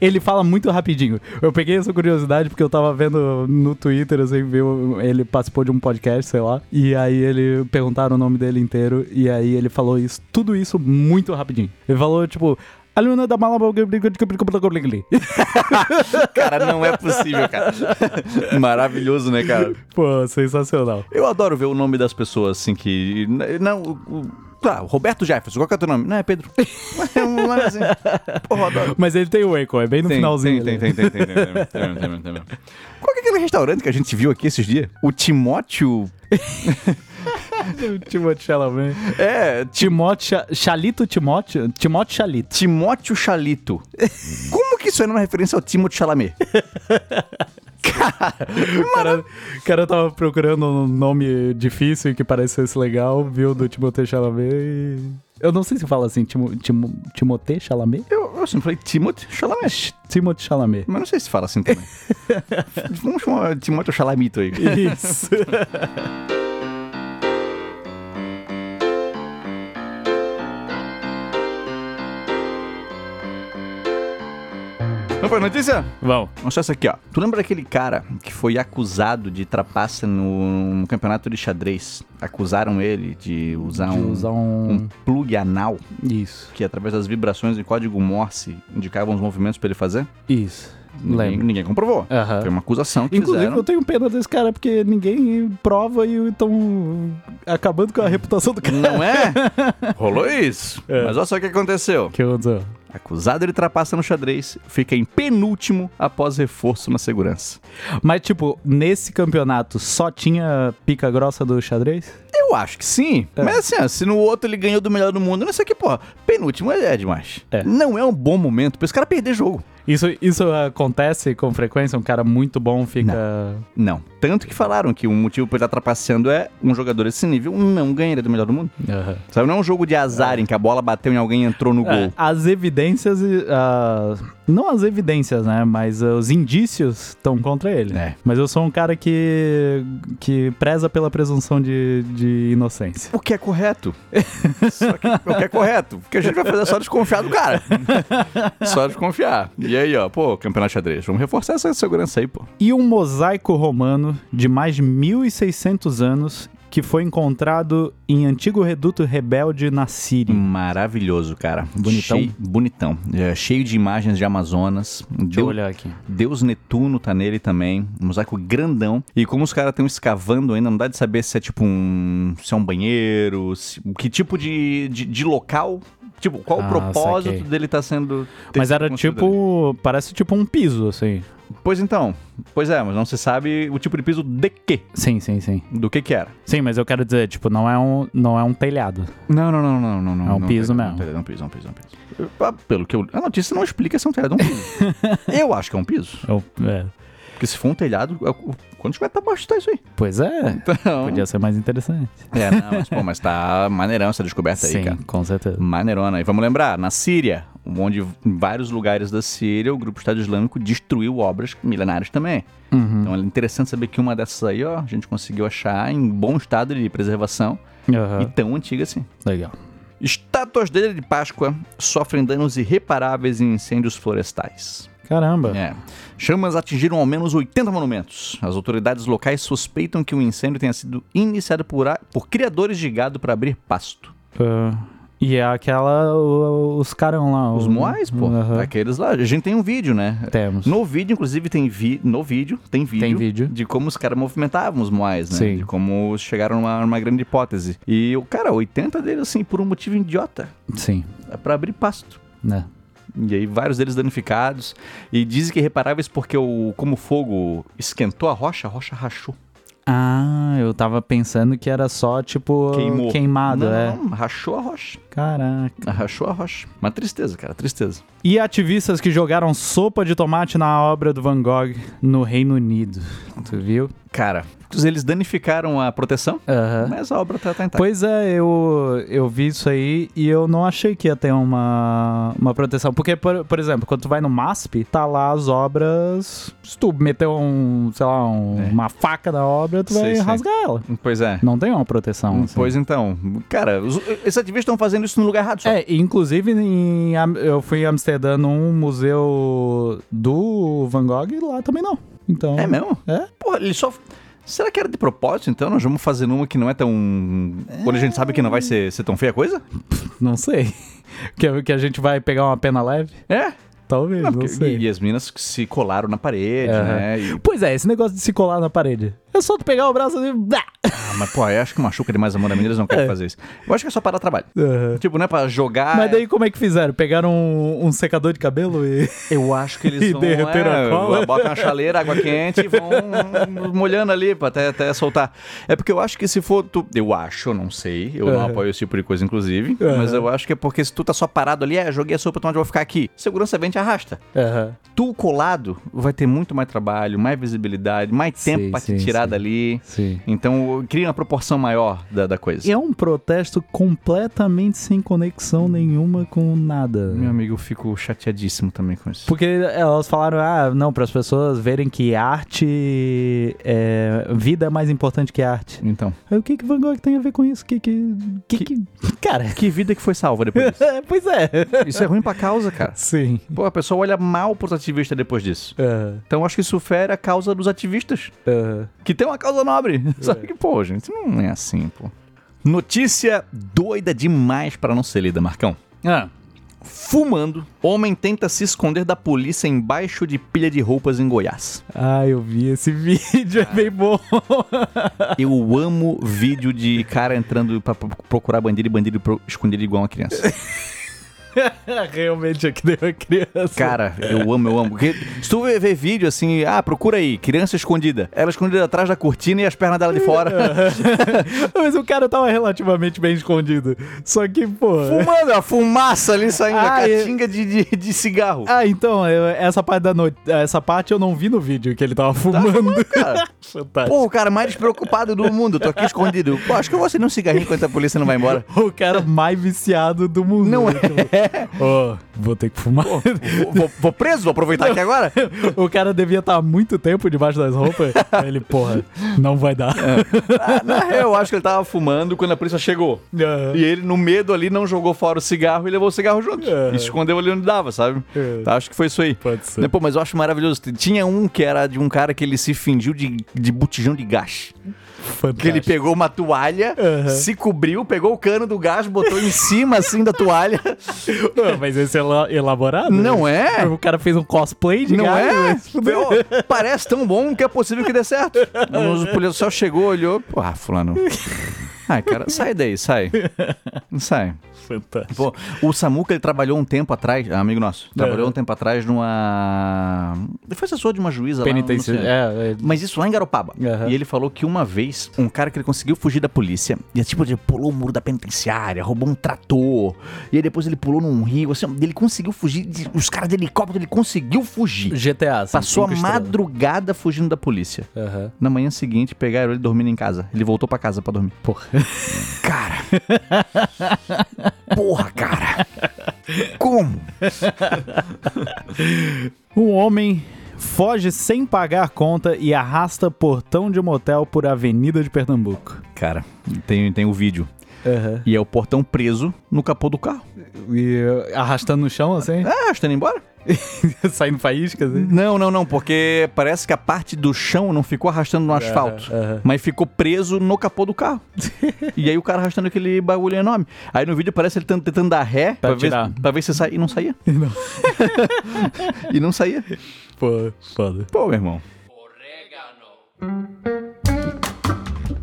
Speaker 2: Ele fala muito rapidinho. Eu peguei essa curiosidade porque eu tava vendo no Twitter, assim, viu, ele participou de um podcast, sei lá, e aí ele perguntaram o nome dele inteiro, e aí ele falou isso, tudo isso muito rapidinho. Ele falou, tipo, Aluna da Mala
Speaker 1: Cara, não é possível, cara. Maravilhoso, né, cara?
Speaker 2: Pô, sensacional.
Speaker 1: Eu adoro ver o nome das pessoas assim que. Não. o- o- Tá, Roberto Jefferson, qual que é o teu nome? Não, é Pedro. É um nome assim. Porra, eu adoro.
Speaker 2: Mas ele tem o Echo, é bem no
Speaker 1: Tem,
Speaker 2: finalzinho.
Speaker 1: Tem, tem,
Speaker 2: ali.
Speaker 1: tem, tem, tem, tem, tem, tem, tem, tem, tem. Qual que é aquele restaurante que a gente viu aqui esses dias? O Timóteo.
Speaker 2: O Timote Chalamet.
Speaker 1: É,
Speaker 2: Timote, Cha- Chalito Timote, Timote Chalito.
Speaker 1: Timóteo Chalito. Como que isso aí não é uma referência ao Timote Chalamet?
Speaker 2: O cara, o cara tava procurando um nome difícil que parecesse legal, viu, do Timote Chalamet e... Eu não sei se fala assim, Timo, Timo, Timote Chalamet?
Speaker 1: Eu, eu sempre falei Timote Chalamet.
Speaker 2: Timote Chalamet.
Speaker 1: Mas não sei se fala assim também. Vamos chamar Timóteo Chalamito aí.
Speaker 2: Isso.
Speaker 1: Não foi notícia?
Speaker 2: Vamos.
Speaker 1: Vamos só essa aqui, ó. Tu lembra daquele cara que foi acusado de trapaça no, no campeonato de xadrez? Acusaram ele de usar,
Speaker 2: De
Speaker 1: um,
Speaker 2: usar um...
Speaker 1: um plug anal
Speaker 2: Isso.
Speaker 1: que através das vibrações em código Morse indicavam os movimentos pra ele fazer?
Speaker 2: Isso.
Speaker 1: Ninguém,
Speaker 2: Lembro.
Speaker 1: ninguém comprovou.
Speaker 2: Aham.
Speaker 1: Foi uma acusação que
Speaker 2: Inclusive,
Speaker 1: fizeram.
Speaker 2: eu tenho pena desse cara, porque ninguém prova e estão acabando com a reputação do cara.
Speaker 1: Não é? Rolou isso.
Speaker 2: É.
Speaker 1: Mas olha só o que aconteceu.
Speaker 2: Que aconteceu?
Speaker 1: Acusado de trapaça no xadrez, fica em penúltimo após reforço na segurança.
Speaker 2: Mas, tipo, nesse campeonato só tinha pica grossa do xadrez?
Speaker 1: Eu acho que sim.
Speaker 2: É.
Speaker 1: Mas assim, ó, se no outro ele ganhou do melhor do mundo, não sei o que, porra. Penúltimo é é demais.
Speaker 2: É.
Speaker 1: Não é um bom momento pra esse cara perder jogo.
Speaker 2: Isso, isso acontece com frequência? Um cara muito bom fica.
Speaker 1: Não. Tanto que falaram que o motivo por ele estar trapaceando é um jogador desse nível não ganharia do melhor do mundo.
Speaker 2: Aham.
Speaker 1: Sabe, não é um jogo de azar em que a bola bateu em alguém e entrou no
Speaker 2: É,
Speaker 1: gol.
Speaker 2: As evidências. e, ah, não as evidências, né? Mas os indícios estão contra ele.
Speaker 1: É.
Speaker 2: Mas eu sou um cara que. que preza pela presunção de, de inocência.
Speaker 1: O que é correto. Só que o que é correto. Porque a gente vai fazer é só desconfiar do cara. só desconfiar. E aí, ó, pô, campeonato de xadrez. Vamos reforçar essa segurança aí, pô.
Speaker 2: E um mosaico romano de mais de 1600 anos que foi encontrado em antigo reduto rebelde na Síria.
Speaker 1: Maravilhoso, cara.
Speaker 2: Bonitão?
Speaker 1: Cheio- bonitão. É, cheio de imagens de Amazonas. Deu-
Speaker 2: aqui.
Speaker 1: Deus Netuno tá nele também. Um mosaico grandão. E como os caras estão escavando ainda, não dá de saber se é tipo um. se é um banheiro, se- que tipo de, de, de local. Tipo, qual
Speaker 2: Ah,
Speaker 1: o propósito
Speaker 2: saquei.
Speaker 1: dele tá sendo. ter
Speaker 2: Mas
Speaker 1: sido
Speaker 2: era
Speaker 1: construído ali.
Speaker 2: tipo. Parece tipo um piso, assim.
Speaker 1: Pois então, pois é, mas não se sabe o tipo de piso de quê,
Speaker 2: Sim, sim, sim.
Speaker 1: do que que era.
Speaker 2: Sim, mas eu quero dizer, tipo, não é um, não é um telhado.
Speaker 1: Não, não, não, não, não. não
Speaker 2: É um
Speaker 1: não,
Speaker 2: piso
Speaker 1: não,
Speaker 2: mesmo.
Speaker 1: Não, não, piso, não, piso, não, piso. Eu- ah, Pelo que eu, a notícia não explica se é um telhado ou um piso. eu acho que é um piso,
Speaker 2: Eu- é.
Speaker 1: porque se for um telhado, é o- quantos metros abaixo tá isso aí?
Speaker 2: Pois é,
Speaker 1: Então,
Speaker 2: podia ser mais interessante.
Speaker 1: É, não, mas, pô, mas tá maneirão essa descoberta aí,
Speaker 2: Sim,
Speaker 1: cara.
Speaker 2: com certeza.
Speaker 1: Maneirona. E vamos lembrar, na Síria, onde em vários lugares da Síria o grupo Estado Islâmico destruiu obras milenares também.
Speaker 2: Uhum.
Speaker 1: Então é interessante saber que uma dessas aí, ó, a gente conseguiu achar em bom estado de preservação
Speaker 2: Aham,
Speaker 1: e tão antiga assim.
Speaker 2: Legal.
Speaker 1: Estátuas dele de Páscoa sofrem danos irreparáveis em incêndios florestais.
Speaker 2: Caramba.
Speaker 1: É. Chamas atingiram ao menos 80 monumentos. As autoridades locais suspeitam que o incêndio tenha sido iniciado por, a- por criadores de gado para abrir pasto.
Speaker 2: Ah, e é aquela. o- os carão lá.
Speaker 1: Os
Speaker 2: o-
Speaker 1: moais, pô.
Speaker 2: Aham.
Speaker 1: Aqueles lá. A gente tem um vídeo, né?
Speaker 2: Uhum. Temos.
Speaker 1: No vídeo, inclusive, tem vi... no vídeo, tem vídeo,
Speaker 2: Tem vídeo.
Speaker 1: de como os caras movimentavam os moais, né?
Speaker 2: Sim.
Speaker 1: De como chegaram numa, numa grande hipótese. E o cara, 80 deles, assim, por um motivo idiota.
Speaker 2: Sim.
Speaker 1: É pra abrir pasto.
Speaker 2: Né?
Speaker 1: E aí vários deles danificados. E dizem que reparáveis porque o, como o fogo esquentou a rocha, a rocha rachou.
Speaker 2: Ah, eu tava pensando que era só, tipo,
Speaker 1: Queimou.
Speaker 2: queimado,
Speaker 1: não,
Speaker 2: é.
Speaker 1: não, rachou a rocha.
Speaker 2: Caraca.
Speaker 1: Rachou a rocha. Uma tristeza, cara, tristeza.
Speaker 2: E ativistas que jogaram sopa de tomate na obra do Van Gogh no Reino Unido. Tu viu?
Speaker 1: Cara, eles danificaram a proteção,
Speaker 2: Aham.
Speaker 1: mas a obra tá, tá intacta.
Speaker 2: Pois é, eu, eu vi isso aí e eu não achei que ia ter uma, uma proteção. Porque, por, por exemplo, quando tu vai no MASP, tá lá as obras. Se tu meteu um, sei lá, um-
Speaker 1: É.
Speaker 2: uma faca na obra, tu vai
Speaker 1: Sei, sei.
Speaker 2: rasgar ela.
Speaker 1: Pois é.
Speaker 2: Não tem uma proteção. assim.
Speaker 1: Pois então, cara, os- esses ativistas estão fazendo isso no lugar errado só.
Speaker 2: É, inclusive em Am- eu fui em Amsterdã num museu do Van Gogh e lá também não. Então.
Speaker 1: É mesmo?
Speaker 2: É?
Speaker 1: Porra, ele só. Será que era de propósito, então? Nós vamos fazer uma que não é tão. Quando a gente sabe que não vai ser, ser tão feia a coisa?
Speaker 2: Não sei. Que, que a gente vai pegar uma pena leve?
Speaker 1: É?
Speaker 2: Talvez,
Speaker 1: Não,
Speaker 2: não,
Speaker 1: porque-
Speaker 2: sei.
Speaker 1: e as minas que se colaram na parede,
Speaker 2: Aham.
Speaker 1: né? E-
Speaker 2: Pois é, esse negócio de se colar na parede. É só tu pegar o braço e. Blá!
Speaker 1: ah, mas, pô, eu acho que machuca demais a mão da menina, eles não querem fazer isso. Eu acho que é só parar trabalho.
Speaker 2: Aham.
Speaker 1: Tipo, não é pra jogar.
Speaker 2: Mas daí como é que fizeram? Pegaram um, um secador de cabelo e.
Speaker 1: Eu acho que eles
Speaker 2: E
Speaker 1: vão.
Speaker 2: derreteram
Speaker 1: é,
Speaker 2: a cola.
Speaker 1: Botam na chaleira, água quente e vão molhando ali pra até, até soltar. É porque eu acho que se for. Tu, eu acho, eu não sei. Eu não
Speaker 2: Aham.
Speaker 1: apoio esse tipo de coisa, inclusive.
Speaker 2: Aham.
Speaker 1: Mas eu acho que é porque se tu tá só parado ali, é, joguei a sopa, então onde eu vou ficar aqui? Segurança vem e te arrasta.
Speaker 2: Aham.
Speaker 1: Tu colado vai ter muito mais trabalho, mais visibilidade, mais
Speaker 2: Sim,
Speaker 1: tempo pra
Speaker 2: sim,
Speaker 1: te tirar
Speaker 2: sim.
Speaker 1: dali.
Speaker 2: Sim.
Speaker 1: Então cria uma proporção maior da, da coisa.
Speaker 2: É um protesto completamente sem conexão nenhuma com nada.
Speaker 1: Meu amigo, eu fico chateadíssimo também com isso.
Speaker 2: Porque elas falaram, ah, não, para as pessoas verem que arte. é, vida é mais importante que arte.
Speaker 1: Então.
Speaker 2: Aí o que, que Van Gogh tem a ver com isso? O que que, que, que. Cara.
Speaker 1: Que vida que foi salva depois disso?
Speaker 2: pois é.
Speaker 1: Isso é ruim pra causa, cara.
Speaker 2: Sim.
Speaker 1: Pô, a pessoa olha mal pros ativistas depois disso.
Speaker 2: Aham,
Speaker 1: Então acho que isso fere a causa dos ativistas,
Speaker 2: aham.
Speaker 1: que tem uma causa nobre. Só que, pô, gente, não é assim, pô. Notícia doida demais pra não ser lida, Marcão. Fumando, homem tenta se esconder da polícia embaixo de pilha de roupas em Goiás.
Speaker 2: Ah, eu vi esse vídeo, é bem bom.
Speaker 1: Eu amo vídeo de cara entrando pra pro- procurar bandido e bandido pro- escondido igual uma criança.
Speaker 2: Realmente é que deu uma criança.
Speaker 1: Cara, eu amo, eu amo. Porque se tu vê, vê vídeo assim, ah, procura aí, criança escondida. Ela escondida atrás da cortina e as pernas dela de fora.
Speaker 2: Mas o cara tava relativamente bem escondido. Só que, pô.
Speaker 1: Fumando, a fumaça ali saindo, a
Speaker 2: Ah, é.
Speaker 1: catinga de, de, de cigarro.
Speaker 2: Ah, então, eu- essa parte da noite. Essa parte eu não vi no vídeo que ele tava
Speaker 1: Tá
Speaker 2: fumando.
Speaker 1: Cara,
Speaker 2: Fantástico.
Speaker 1: pô, o cara mais despreocupado do mundo, tô aqui escondido. Pô, acho que eu vou acender um cigarrinho enquanto a polícia não vai embora.
Speaker 2: O cara mais viciado do mundo.
Speaker 1: Não é.
Speaker 2: Ô, vou ter que fumar.
Speaker 1: Vou, vou- vou preso, vou aproveitar aqui agora.
Speaker 2: o cara devia estar há muito tempo debaixo das roupas. Aí ele, porra, não vai dar.
Speaker 1: Ah, Na real, eu acho que ele tava fumando quando a polícia chegou.
Speaker 2: Ah,
Speaker 1: E ele, no medo ali, não jogou fora o cigarro e levou o cigarro junto.
Speaker 2: É.
Speaker 1: E escondeu ali onde dava, sabe?
Speaker 2: É.
Speaker 1: Tá, acho que foi isso aí.
Speaker 2: Pode ser.
Speaker 1: Pô, mas eu acho maravilhoso. Tinha um que era de um cara que ele se fingiu de, de botijão de gás.
Speaker 2: Fantástico.
Speaker 1: Que ele pegou uma toalha,
Speaker 2: Aham.
Speaker 1: se cobriu, pegou o cano do gás, botou em cima assim da toalha.
Speaker 2: Ah, Mas esse é ela- elaborado?
Speaker 1: Não é?
Speaker 2: O cara fez um cosplay de né?
Speaker 1: Não
Speaker 2: gato,
Speaker 1: é?
Speaker 2: mas fudeu.
Speaker 1: Pô, parece tão bom que é possível que dê certo. Mas O policial chegou, olhou. Pô, Ah, fulano. Ai, cara, sai daí, sai. Sai.
Speaker 2: Fantástico.
Speaker 1: Pô, o Samuca, ele trabalhou um tempo atrás, amigo nosso, trabalhou
Speaker 2: É.
Speaker 1: um tempo atrás numa. Ele foi assessor de uma juíza lá.
Speaker 2: Penitenciário.
Speaker 1: no- no-
Speaker 2: É, é.
Speaker 1: Mas isso lá em Garopaba.
Speaker 2: Aham.
Speaker 1: E ele falou que uma vez, um cara que ele conseguiu fugir da polícia, e é tipo, ele pulou o muro da penitenciária, roubou um trator, e aí depois ele pulou num rio, assim, ele conseguiu fugir, de- os caras de helicóptero, ele conseguiu fugir.
Speaker 2: GTA. assim,
Speaker 1: Passou a
Speaker 2: cinco estrelas.
Speaker 1: madrugada fugindo da polícia.
Speaker 2: Aham.
Speaker 1: Na manhã seguinte, pegaram ele dormindo em casa. Ele voltou pra casa pra dormir.
Speaker 2: Porra.
Speaker 1: Cara. Porra, cara. Como?
Speaker 2: Um homem foge sem pagar conta e arrasta portão de motel por avenida de Pernambuco.
Speaker 1: Cara, tem, tem o vídeo.
Speaker 2: Aham.
Speaker 1: E é o portão preso no capô do carro.
Speaker 2: E uh, arrastando no chão, assim?
Speaker 1: Ah, acho que tá indo embora.
Speaker 2: Saindo faíscas? né?
Speaker 1: Não, não, não, porque parece que a parte do chão não ficou arrastando no asfalto,
Speaker 2: aham.
Speaker 1: mas ficou preso no capô do carro. e aí o cara arrastando aquele bagulho enorme. Aí no vídeo parece ele tentando, tentando dar ré pra,
Speaker 2: tirar.
Speaker 1: ver, pra ver se sai. E não saía.
Speaker 2: Não.
Speaker 1: e não saía.
Speaker 2: Pô, foda.
Speaker 1: Pô, meu irmão.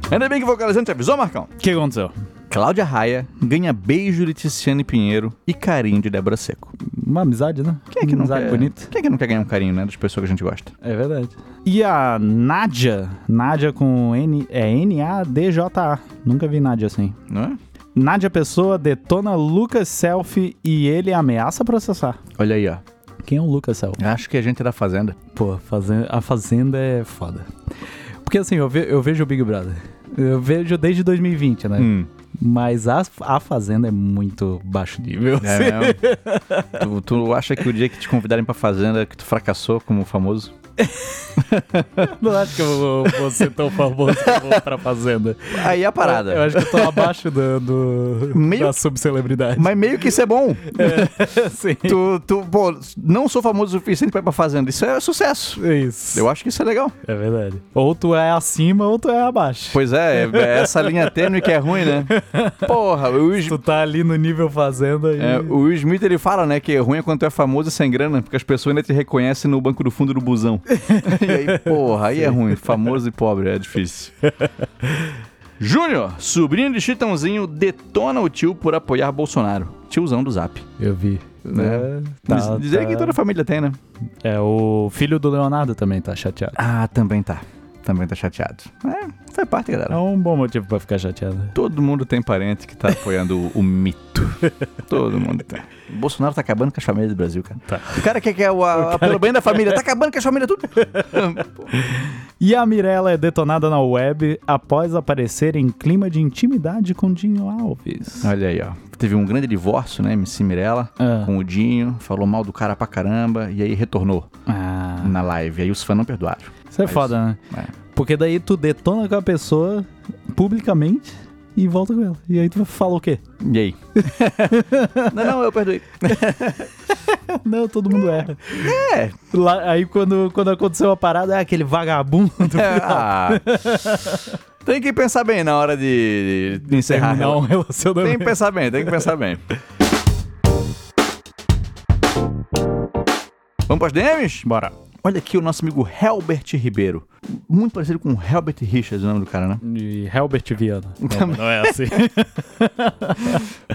Speaker 1: Ainda bem que o vocalizante avisou, Marcão.
Speaker 2: O que aconteceu?
Speaker 1: Cláudia Raia ganha beijo de Tiziane Pinheiro e carinho de Débora Seco.
Speaker 2: Uma amizade, né?
Speaker 1: Quem é que
Speaker 2: Uma
Speaker 1: não
Speaker 2: amizade
Speaker 1: quer...
Speaker 2: bonita.
Speaker 1: Quem é que não quer ganhar um carinho, né? Das pessoas que a gente gosta.
Speaker 2: É verdade. E a Nádia, Nádia com N, é N-A-D-J-A. Nunca vi Nádia assim.
Speaker 1: Não é?
Speaker 2: Nádia Pessoa detona Lucas Selfie e ele ameaça processar.
Speaker 1: Olha aí, ó.
Speaker 2: Quem é o Lucas Selfie?
Speaker 1: Acho que a gente é da Fazenda.
Speaker 2: Pô, fazenda, a Fazenda é foda. Porque assim, eu, ve- eu vejo o Big Brother. Eu vejo desde 2020, né?
Speaker 1: Hum.
Speaker 2: Mas a, a Fazenda é muito baixo nível.
Speaker 1: É mesmo? tu, tu acha que o dia que te convidarem pra Fazenda, que tu fracassou como famoso?
Speaker 2: Não acho que eu vou, vou ser tão famoso que eu vou pra Fazenda.
Speaker 1: Aí é a parada.
Speaker 2: Eu acho que eu tô abaixo do, do-
Speaker 1: Meio-
Speaker 2: da subcelebridade.
Speaker 1: Mas meio que isso é bom.
Speaker 2: Sim.
Speaker 1: tu, tu, pô, não sou famoso o suficiente pra ir pra Fazenda. Isso é sucesso.
Speaker 2: É isso.
Speaker 1: Eu acho que isso é legal.
Speaker 2: É verdade. Ou tu é acima ou tu é abaixo.
Speaker 1: Pois é, é- é essa linha tênue que é ruim, né? Porra, o Will,
Speaker 2: Tu tá ali no nível fazenda e.
Speaker 1: é, o Will Smith ele fala, né, que é ruim é quando tu é famoso e sem grana, porque as pessoas ainda te reconhecem no banco do fundo do busão. e aí, porra, aí é ruim. Famoso e pobre, é difícil. Júnior, sobrinho de Chitãozinho, detona o tio por apoiar Bolsonaro. Tiozão do Zap.
Speaker 2: Eu vi. né? Tá,
Speaker 1: É. Diz- Dizer que toda a família tem, né?
Speaker 2: É, o filho do Leonardo também tá chateado.
Speaker 1: Ah, também tá. Também tá chateado. É, faz parte, galera.
Speaker 2: É um bom motivo pra ficar chateado.
Speaker 1: Todo mundo tem parente que tá apoiando o, o mito. Todo mundo tem. O Bolsonaro tá acabando com as famílias do Brasil, cara. O cara quer que é o, a- pelo bem da família, tá acabando com as famílias tudo.
Speaker 2: E a Mirella é detonada na web após aparecer em clima de intimidade com Dinho Alves.
Speaker 1: Olha aí, ó. Teve um grande divórcio, né, MC Mirella,
Speaker 2: Ah.
Speaker 1: com o Dinho, falou mal do cara pra caramba, e aí retornou
Speaker 2: Ah,
Speaker 1: na live. Aí os fãs não perdoaram.
Speaker 2: isso é foda, né?
Speaker 1: É.
Speaker 2: Porque daí tu detona com a pessoa publicamente e volta com ela. E aí tu fala o quê?
Speaker 1: E aí? não, não, eu perdoei.
Speaker 2: Não, todo mundo erra.
Speaker 1: É,
Speaker 2: Lá- aí quando, quando aconteceu a parada, é aquele vagabundo.
Speaker 1: é, ah. Tem que pensar bem na hora de, de encerrar.
Speaker 2: Terminar um relacionamento.
Speaker 1: Tem que pensar bem, tem que pensar bem. Vamos para as DMs?
Speaker 2: Bora.
Speaker 1: Olha aqui o nosso amigo Helbert Ribeiro. Muito parecido com Helbert Richards, o nome do cara, né?
Speaker 2: De Helbert Viana. Não, não é assim.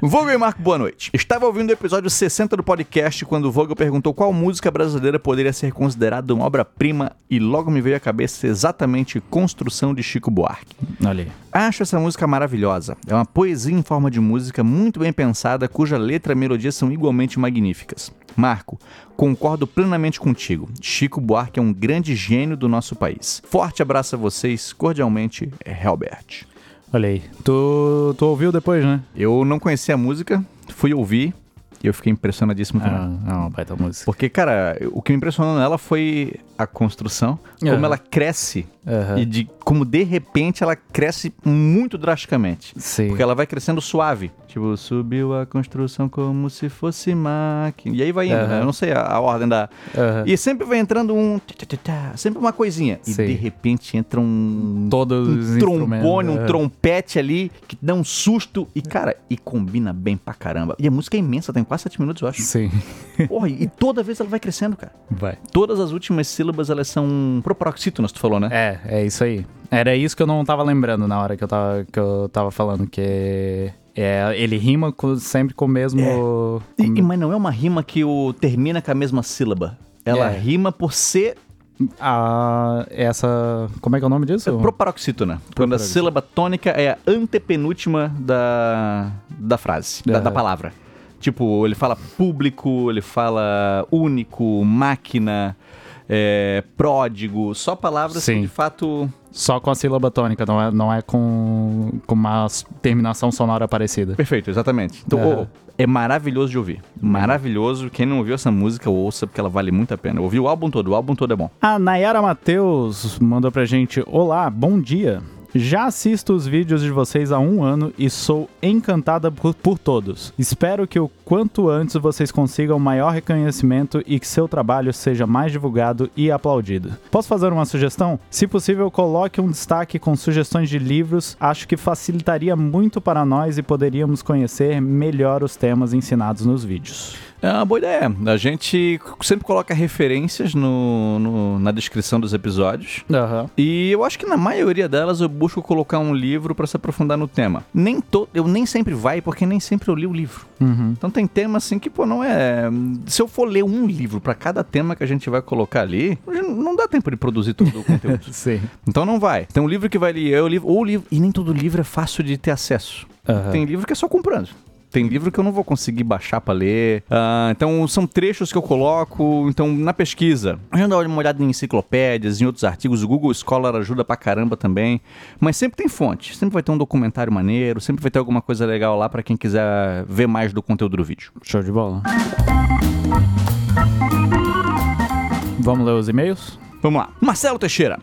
Speaker 1: Vogel e Marco, boa noite. Estava ouvindo o episódio 60 do podcast quando o Vogel perguntou qual música brasileira poderia ser considerada uma obra-prima e logo me veio à cabeça exatamente Construção de Chico Buarque.
Speaker 2: Olha aí.
Speaker 1: Acho essa música maravilhosa. É uma poesia em forma de música muito bem pensada, cuja letra e melodia são igualmente magníficas. Marco, concordo plenamente contigo. Chico Buarque é um grande gênio do nosso país. Forte abraço a vocês, cordialmente, Helbert.
Speaker 2: Olha aí. Tu, tu ouviu depois, né?
Speaker 1: Eu não conhecia a música, fui ouvir e eu fiquei impressionadíssimo com ela.
Speaker 2: é uma baita música.
Speaker 1: Porque, cara, o que me impressionou nela foi a construção,
Speaker 2: Aham.
Speaker 1: como ela cresce
Speaker 2: Aham.
Speaker 1: e de como de repente ela cresce muito drasticamente.
Speaker 2: Sim.
Speaker 1: Porque ela vai crescendo suave. Tipo, subiu a construção como se fosse máquina. E aí vai indo,
Speaker 2: Aham.
Speaker 1: né? Eu não sei a, a ordem da.
Speaker 2: Aham.
Speaker 1: E sempre vai entrando um. tê, tê, tê, tê, Sempre uma coisinha. E
Speaker 2: Sim.
Speaker 1: de repente entra um.
Speaker 2: Todos
Speaker 1: Um
Speaker 2: os
Speaker 1: trombone,
Speaker 2: instrumentos,
Speaker 1: um
Speaker 2: é.
Speaker 1: trompete ali, que dá um susto. E, cara, e combina bem pra caramba. E a música é imensa, tem quase sete minutos, eu acho.
Speaker 2: Sim.
Speaker 1: Porra, e toda vez ela vai crescendo, cara.
Speaker 2: Vai.
Speaker 1: Todas as últimas sílabas, elas são proparoxítonas, tu falou, né?
Speaker 2: É, é isso aí. Era isso que eu não tava lembrando na hora que eu tava, que eu tava falando, que é, ele rima com- sempre com o mesmo...
Speaker 1: E- e- mas não é uma rima que o termina com a mesma sílaba. Ela
Speaker 2: É.
Speaker 1: rima por ser
Speaker 2: a- essa... Como é que é o nome disso?
Speaker 1: proparoxítona. Quando a sílaba tônica é a antepenúltima da, da frase, da,
Speaker 2: Aham.
Speaker 1: da palavra. Tipo, ele fala público, ele fala único, máquina, é, pródigo, só palavras
Speaker 2: Sim.
Speaker 1: que de fato.
Speaker 2: Só com a sílaba tônica, não é, não é com, com uma s- terminação sonora parecida.
Speaker 1: Perfeito, exatamente. Então,
Speaker 2: Aham.
Speaker 1: oh, é maravilhoso de ouvir. Maravilhoso. Quem não ouviu essa música, ouça, porque ela vale muito a pena. Ouvi o álbum todo, o álbum todo é bom.
Speaker 2: A Nayara Matheus mandou pra gente: Olá, bom dia. Já assisto os vídeos de vocês há um ano e sou encantada por, por todos. Espero que o quanto antes vocês consigam maior reconhecimento e que seu trabalho seja mais divulgado e aplaudido. Posso fazer uma sugestão? Se possível, coloque um destaque com sugestões de livros. Acho que facilitaria muito para nós e poderíamos conhecer melhor os temas ensinados nos vídeos.
Speaker 1: É uma boa ideia. A gente sempre coloca referências no, no- na descrição dos episódios.
Speaker 2: Aham.
Speaker 1: E eu acho que na maioria delas eu busco colocar um livro pra se aprofundar no tema. Nem to... Eu nem sempre vai, porque nem sempre eu li o livro. Então tem tema assim que, pô, não é. Se eu for ler um livro pra cada tema que a gente vai colocar ali, não dá tempo de produzir todo o conteúdo.
Speaker 2: Sim.
Speaker 1: então não vai. Tem um livro que vai ler, é o livro. Ou o livro. E nem todo livro é fácil de ter acesso. Tem livro que é só comprando. Tem livro que eu não vou conseguir baixar pra ler. Ah, então, são trechos que eu coloco. Então, na pesquisa, a gente dá uma olhada em enciclopédias, em outros artigos. O Google Scholar ajuda pra caramba também. Mas sempre tem fonte. Sempre vai ter um documentário maneiro. Sempre vai ter alguma coisa legal lá pra quem quiser ver mais do conteúdo do vídeo.
Speaker 2: Show de bola. Vamos ler os e-mails?
Speaker 1: Vamos lá. Marcelo Teixeira.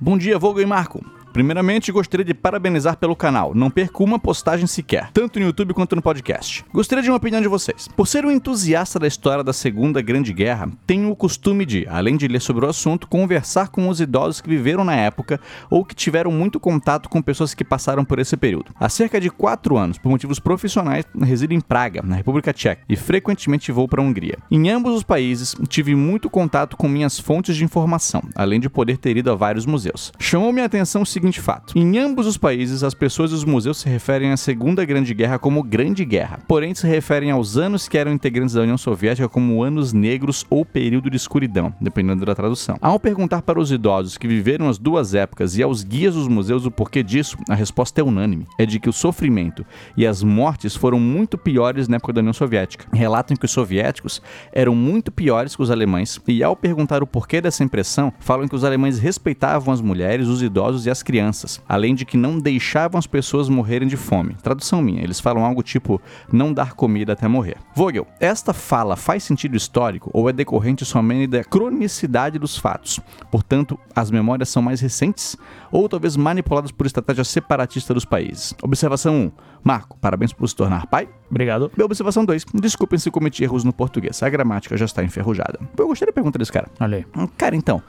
Speaker 1: Bom dia, Vogel e Marco. Primeiramente, gostaria de parabenizar pelo canal. Não perco uma postagem sequer, tanto no YouTube quanto no podcast. Gostaria de uma opinião de vocês. Por ser um entusiasta da história da Segunda Grande Guerra, tenho o costume de, além de ler sobre o assunto, conversar com os idosos que viveram na época ou que tiveram muito contato com pessoas que passaram por esse período. Há cerca de quatro anos, por motivos profissionais, resido em Praga, na República Tcheca, e frequentemente vou para a Hungria. Em ambos os países, tive muito contato com minhas fontes de informação, além de poder ter ido a vários museus. Chamou minha atenção o seguinte fato: em ambos os países, as pessoas dos museus se referem à Segunda Grande Guerra como Grande Guerra, porém se referem aos anos que eram integrantes da União Soviética como anos negros ou período de escuridão, dependendo da tradução. Ao perguntar para os idosos que viveram as duas épocas e aos guias dos museus o porquê disso, a resposta é unânime: é de que o sofrimento e as mortes foram muito piores na época da União Soviética. Relatam que os soviéticos eram muito piores que os alemães, e ao perguntar o porquê dessa impressão, falam que os alemães respeitavam as mulheres, os idosos e as crianças, além de que não deixavam as pessoas morrerem de fome. Tradução minha, eles falam algo tipo não dar comida até morrer. Vogel, esta fala faz sentido histórico ou é decorrente somente da cronicidade dos fatos? Portanto, as memórias são mais recentes ou talvez manipuladas por estratégia separatista dos países? Observação 1. Marco, parabéns por se tornar pai.
Speaker 2: Obrigado.
Speaker 1: Minha observação 2. Desculpem se cometi erros no português. A gramática já está enferrujada. Eu gostei da pergunta desse cara.
Speaker 2: Olha aí.
Speaker 1: Cara, então,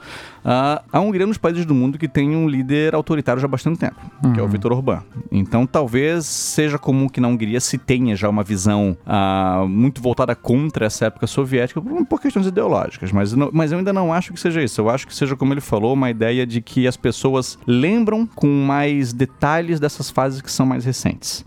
Speaker 1: ah, a Hungria é um dos países do mundo que tem um líder autoritário já há bastante tempo, que é o Vitor Orbán. Então, talvez seja comum que na Hungria se tenha já uma visão ah, muito voltada contra essa época soviética por, por questões ideológicas, mas, não- mas eu ainda não acho que seja isso. Eu acho que seja, como ele falou, uma ideia de que as pessoas lembram com mais detalhes dessas fases que são mais recentes.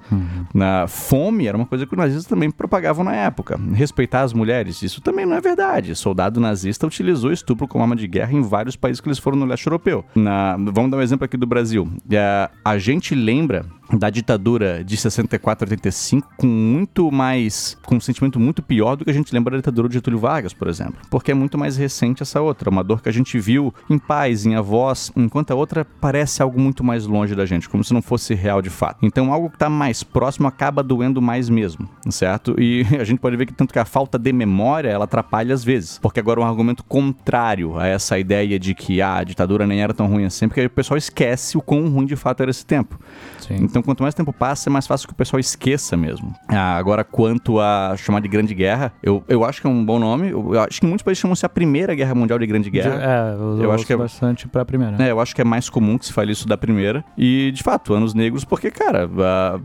Speaker 1: Na fome era uma coisa que os nazistas também propagavam na época. Respeitar as mulheres, isso também não é verdade. Soldado nazista utilizou estupro como arma de guerra em vários países que eles foram no leste europeu. Na- vamos dar um exemplo aqui do Brasil. É, a gente lembra da ditadura de 64 a 85 com muito mais, com um sentimento muito pior do que a gente lembra da ditadura de Getúlio Vargas, por exemplo, porque é muito mais recente essa outra, uma dor que a gente viu em pais, em avós, enquanto a outra parece algo muito mais longe da gente, como se não fosse real de fato. Então algo que está mais próximo acaba doendo mais mesmo, certo? E a gente pode ver que tanto que a falta de memória, ela atrapalha às vezes, porque agora é um argumento contrário a essa ideia de que ah, a ditadura nem era tão ruim assim, porque aí o pessoal esquece o quão ruim de fato era esse tempo.
Speaker 2: Sim.
Speaker 1: Então, quanto mais tempo passa, é mais fácil que o pessoal esqueça mesmo. Ah, agora, quanto a chamar de Grande Guerra, eu, eu acho que é um bom nome. Eu, eu acho que muitos países chamam-se a Primeira Guerra Mundial de Grande Guerra.
Speaker 2: É, eu,
Speaker 1: Eu acho
Speaker 2: acho
Speaker 1: que é-
Speaker 2: bastante pra primeira.
Speaker 1: É, eu acho que é mais comum que se fale isso da primeira. E, de fato, anos negros, porque, cara, ah,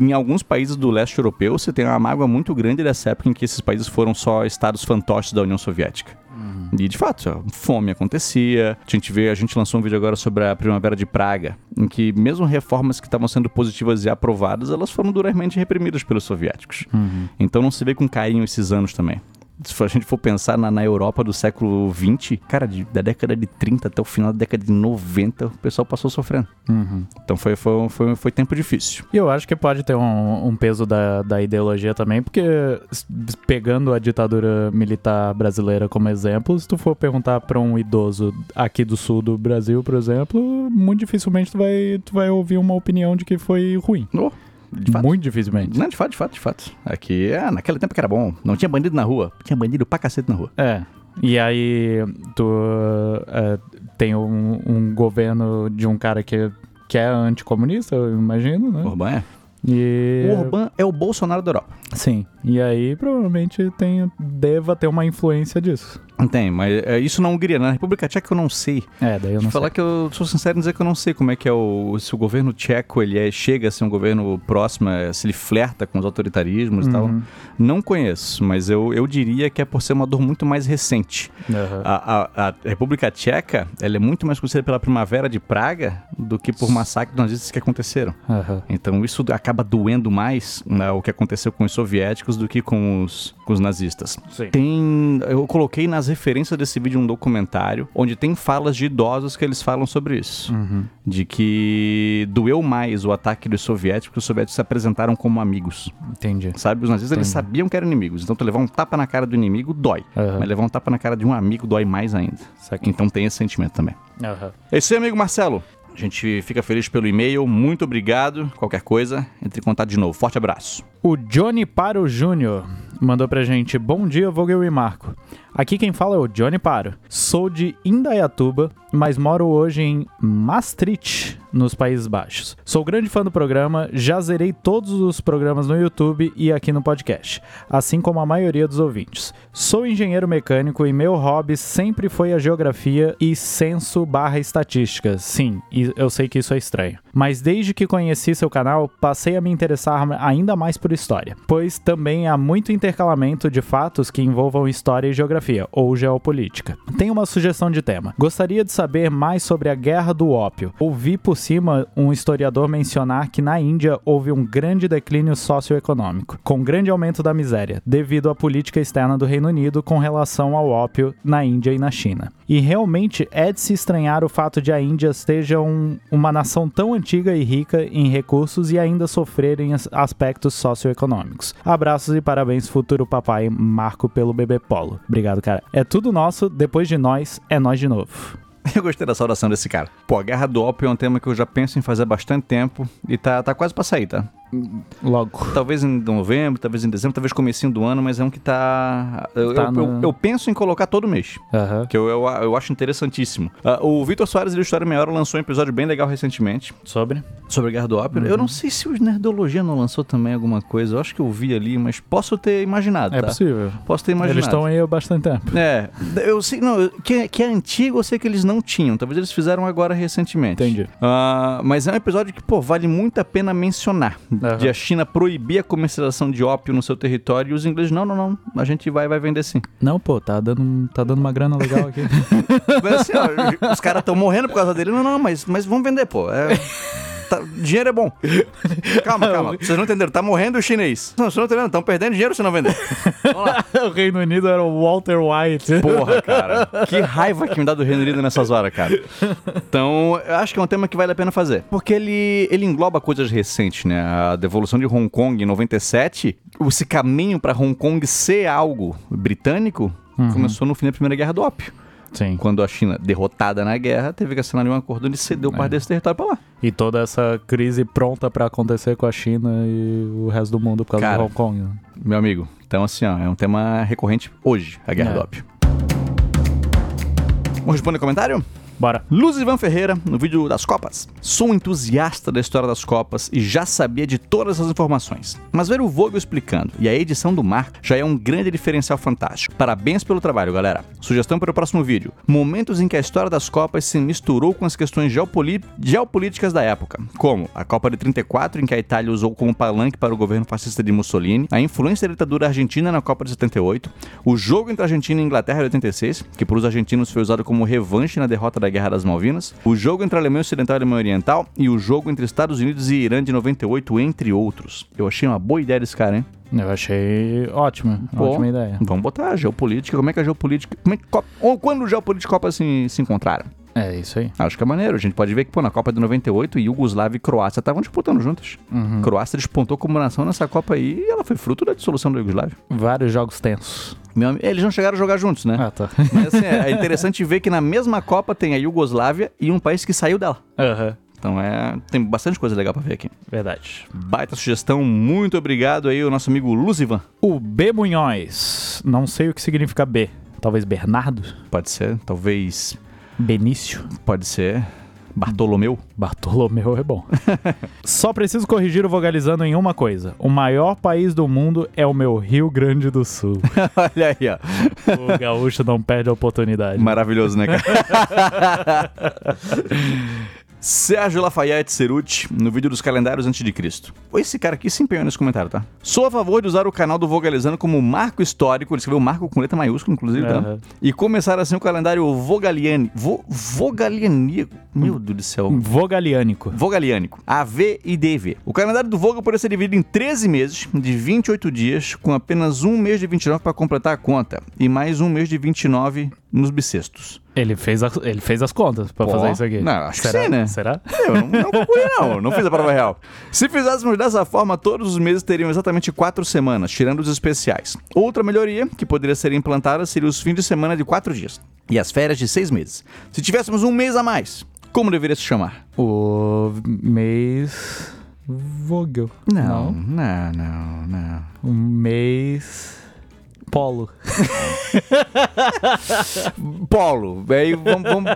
Speaker 1: em alguns países do leste europeu você tem uma mágoa muito grande dessa época em que esses países foram só estados fantoches da União Soviética.
Speaker 2: Uhum.
Speaker 1: E de fato, ó, fome acontecia. A gente vê, a gente lançou um vídeo agora sobre a Primavera de Praga, em que mesmo reformas que estavam sendo positivas e aprovadas, elas foram duramente reprimidas pelos soviéticos.
Speaker 2: Uhum.
Speaker 1: Então não se vê com carinho esses anos também. Se a gente for pensar na, na Europa do século XX, cara, de- da década de 30 até o final da década de 90, o pessoal passou sofrendo. Então foi, foi, um- foi, um- foi tempo difícil.
Speaker 2: Uhum. E eu acho que pode ter um, um peso da, da ideologia também, porque s- pegando a ditadura militar brasileira como exemplo, se tu for perguntar pra um idoso aqui do sul do Brasil, por exemplo, muito dificilmente tu vai, tu vai ouvir uma opinião de que foi ruim.
Speaker 1: Oh, de fato.
Speaker 2: Muito dificilmente.
Speaker 1: Não, de fato, de fato, de fato. Aqui, é, naquele tempo que era bom. Não tinha bandido na rua. Tinha bandido pra cacete na rua.
Speaker 2: É. E é, aí, tu eh, tem um, um governo de um cara que que é anticomunista, eu imagino, né?
Speaker 1: Urban é?
Speaker 2: E...
Speaker 1: O Urban é o Bolsonaro da Europa.
Speaker 2: Sim. E aí provavelmente tem, deva ter uma influência disso.
Speaker 1: Não tem, mas é, isso na Hungria, na República Tcheca eu não sei.
Speaker 2: É, daí eu não
Speaker 1: Falar que eu sou sincero em dizer que eu não sei como é que é o. Se o governo tcheco ele é- chega a ser um governo próximo, é, se ele flerta com os autoritarismos e tal.
Speaker 2: Uhum.
Speaker 1: Não conheço, mas eu, eu diria que é por ser uma dor muito mais recente.
Speaker 2: sei. Aham.
Speaker 1: A, a- a República Tcheca ela é muito mais conhecida pela Primavera de Praga do que por massacres nazistas que aconteceram.
Speaker 2: Aham.
Speaker 1: Então isso acaba doendo mais né, o que aconteceu com os soviéticos do que com os, com os nazistas.
Speaker 2: Sim.
Speaker 1: Tem, eu coloquei nas referências desse vídeo um documentário onde tem falas de idosos que eles falam sobre isso.
Speaker 2: Uhum.
Speaker 1: De que doeu mais o ataque dos soviéticos, que os soviéticos se apresentaram como amigos.
Speaker 2: Entendi.
Speaker 1: Sabe, os nazistas eles sabiam que eram inimigos. Então, tu levar um tapa na cara do inimigo dói.
Speaker 2: Aham.
Speaker 1: Mas levar um tapa na cara de um amigo dói mais ainda.
Speaker 2: Saquei.
Speaker 1: Então tem esse sentimento também.
Speaker 2: Aham.
Speaker 1: É isso aí, amigo Marcelo. A gente fica feliz pelo e-mail. Muito obrigado. Qualquer coisa, entre em contato de novo. Forte abraço.
Speaker 2: O Johnny Paro Júnior mandou pra gente: Bom dia, Vogel e Marco. Aqui quem fala é o Johnny Paro. Sou de Indaiatuba, mas moro hoje em Maastricht, nos Países Baixos. Sou grande fã do programa, já zerei todos os programas no YouTube e aqui no podcast, assim como a maioria dos ouvintes. Sou engenheiro mecânico e meu hobby sempre foi a geografia e censo barra estatística. Sim, e eu sei que isso é estranho. Mas desde que conheci seu canal, passei a me interessar ainda mais por história, pois também há muito intercalamento de fatos que envolvam história e geografia, ou geopolítica. Tenho uma sugestão de tema. Gostaria de saber mais sobre a Guerra do Ópio. Ouvi por cima um historiador mencionar que na Índia houve um grande declínio socioeconômico, com grande aumento da miséria, devido à política externa do Reino Unido com relação ao ópio na Índia e na China. E realmente é de se estranhar o fato de a Índia seja um- uma nação tão antiga e rica em recursos e ainda sofrerem as- aspectos socioeconômicos. Abraços e parabéns, futuro papai Marco, pelo bebê Polo. Obrigado, cara. É tudo nosso, depois de nós, é nós de novo.
Speaker 1: Eu gostei dessa oração desse cara. Pô, a guerra do ópio é um tema que eu já penso em fazer há bastante tempo e tá, tá quase pra sair, tá?
Speaker 2: Logo.
Speaker 1: Talvez em novembro, talvez em dezembro, talvez comecinho do ano, mas é um que tá... Eu,
Speaker 2: Tá
Speaker 1: eu-
Speaker 2: no-
Speaker 1: eu- eu penso em colocar todo mês.
Speaker 2: Aham.
Speaker 1: Que eu, eu, eu acho interessantíssimo. Ah, o Vitor Soares, do História Meia Hora, lançou um episódio bem legal recentemente.
Speaker 2: Sobre?
Speaker 1: Sobre a Guerra do Ópio.
Speaker 2: Uhum.
Speaker 1: Eu não sei se o Nerdologia não lançou também alguma coisa. Eu acho que eu vi ali, mas posso ter imaginado,
Speaker 2: É
Speaker 1: tá?
Speaker 2: possível.
Speaker 1: Posso ter imaginado.
Speaker 2: Eles estão aí há bastante tempo.
Speaker 1: É, eu sei, não, eu- que, que é antigo eu sei que eles não tinham, talvez eles fizeram agora recentemente.
Speaker 2: Entendi.
Speaker 1: Ah, mas é um episódio que, pô, vale muito a pena mencionar.
Speaker 2: Aham.
Speaker 1: De a China proibir a comercialização de ópio no seu território e os ingleses, não, não, não, a gente vai, vai vender sim.
Speaker 2: Não, pô, tá dando, um- tá dando uma grana legal aqui.
Speaker 1: Mas assim, ó, os caras estão morrendo por causa dele, não, não, mas, mas vamos vender, pô. É, tá- dinheiro é bom. Calma, calma, vocês não entenderam, tá morrendo o chinês. Não, vocês não entenderam, estão perdendo dinheiro se não vender.
Speaker 2: o Reino Unido era o Walter White.
Speaker 1: Porra, cara. Que raiva que me dá do Reino Unido nessas horas, cara. Então, eu acho que é um tema que vale a pena fazer. Porque ele, ele engloba coisas recentes, né? A devolução de Hong Kong em 97, esse caminho pra Hong Kong ser algo britânico começou no fim da Primeira Guerra do Ópio.
Speaker 2: Sim.
Speaker 1: Quando a China, derrotada na guerra, teve que assinar um acordo onde cedeu parte desse território pra lá.
Speaker 2: E toda essa crise pronta pra acontecer com a China e o resto do mundo por causa
Speaker 1: Cara.
Speaker 2: de Hong Kong. né?
Speaker 1: Meu amigo, então assim, ó, é um tema recorrente hoje, a Guerra
Speaker 2: É.
Speaker 1: do Ópio. Vamos responder comentário?
Speaker 2: Bora.
Speaker 1: Luz Ivan Ferreira, no vídeo das Copas. Sou um entusiasta da história das Copas e já sabia de todas as informações. Mas ver o Vogel explicando e a edição do Mar já é um grande diferencial fantástico. Parabéns pelo trabalho, galera. Sugestão para o próximo vídeo: momentos em que a história das Copas se misturou com as questões geopoli- geopolíticas da época, como a Copa de 34, em que a Itália usou como palanque para o governo fascista de Mussolini, a influência da ditadura argentina na Copa de 78, o jogo entre Argentina e Inglaterra de 86, que para os argentinos foi usado como revanche na derrota da Guerra das Malvinas, o jogo entre Alemanha Ocidental e Alemanha Oriental e o jogo entre Estados Unidos e Irã de 98, entre outros. Eu achei uma boa ideia desse cara, hein?
Speaker 2: Eu achei ótimo.
Speaker 1: Pô,
Speaker 2: Ótima ideia.
Speaker 1: Vamos botar a geopolítica, como é que a geopolítica... Como é que Copa- ou quando o geopolítica e Copa se, se encontraram?
Speaker 2: É isso aí.
Speaker 1: Acho que é maneiro. A gente pode ver que, pô, na Copa de 98, Iugoslávia e Croácia estavam disputando juntas. Croácia despontou como nação nessa Copa aí e ela foi fruto da dissolução da Iugoslávia.
Speaker 2: Vários jogos tensos.
Speaker 1: Meu ami- Eles não chegaram a jogar juntos, né?
Speaker 2: Ah, tá.
Speaker 1: Mas assim, é é interessante ver que na mesma Copa tem a Iugoslávia e um país que saiu dela.
Speaker 2: Aham.
Speaker 1: Então é. Tem bastante coisa legal pra ver aqui.
Speaker 2: Verdade.
Speaker 1: Baita sugestão, muito obrigado aí, o nosso amigo Luzivan.
Speaker 2: O B. Munhoz. Não sei o que significa B. Talvez Bernardo?
Speaker 1: Pode ser, talvez.
Speaker 2: Benício?
Speaker 1: Pode ser. Bartolomeu?
Speaker 2: Bartolomeu é bom. Só preciso corrigir o vogalizando em uma coisa. O maior país do mundo é o meu Rio Grande do Sul.
Speaker 1: Olha aí, ó.
Speaker 2: o gaúcho não perde a oportunidade.
Speaker 1: Maravilhoso, né, cara? Sérgio Lafayette Ceruti, no vídeo dos calendários antes de Cristo. Esse cara aqui se empenhou nesse comentário, tá? Sou a favor de usar o canal do Vogalizando como marco histórico, ele escreveu marco com letra maiúscula, inclusive, tá?
Speaker 2: Aham.
Speaker 1: E começar assim o calendário vogaliani... Vo, vogalianíaco? Meu Deus do céu.
Speaker 2: Hum. Vogaliânico.
Speaker 1: Vogaliânico, AV e DV. O calendário do Vogel poderia ser dividido em 13 meses, de 28 dias, com apenas um mês de 29 para completar a conta, e mais um mês de 29 nos bissextos.
Speaker 2: Ele fez, as- ele fez as contas pra
Speaker 1: Pô.
Speaker 2: fazer isso aqui.
Speaker 1: Não, acho que
Speaker 2: Será?
Speaker 1: sim, né?
Speaker 2: Será?
Speaker 1: Eu não, não concluí, não. Não fiz a prova real. Se fizéssemos dessa forma, todos os meses teriam exatamente quatro semanas, tirando os especiais. Outra melhoria que poderia ser implantada seria os fins de semana de quatro dias e as férias de seis meses. Se tivéssemos um mês a mais, como deveria se chamar?
Speaker 2: O mês. Vogel.
Speaker 1: não, não. não.
Speaker 2: O mês. Polo.
Speaker 1: Polo. Aí vamos, vamos-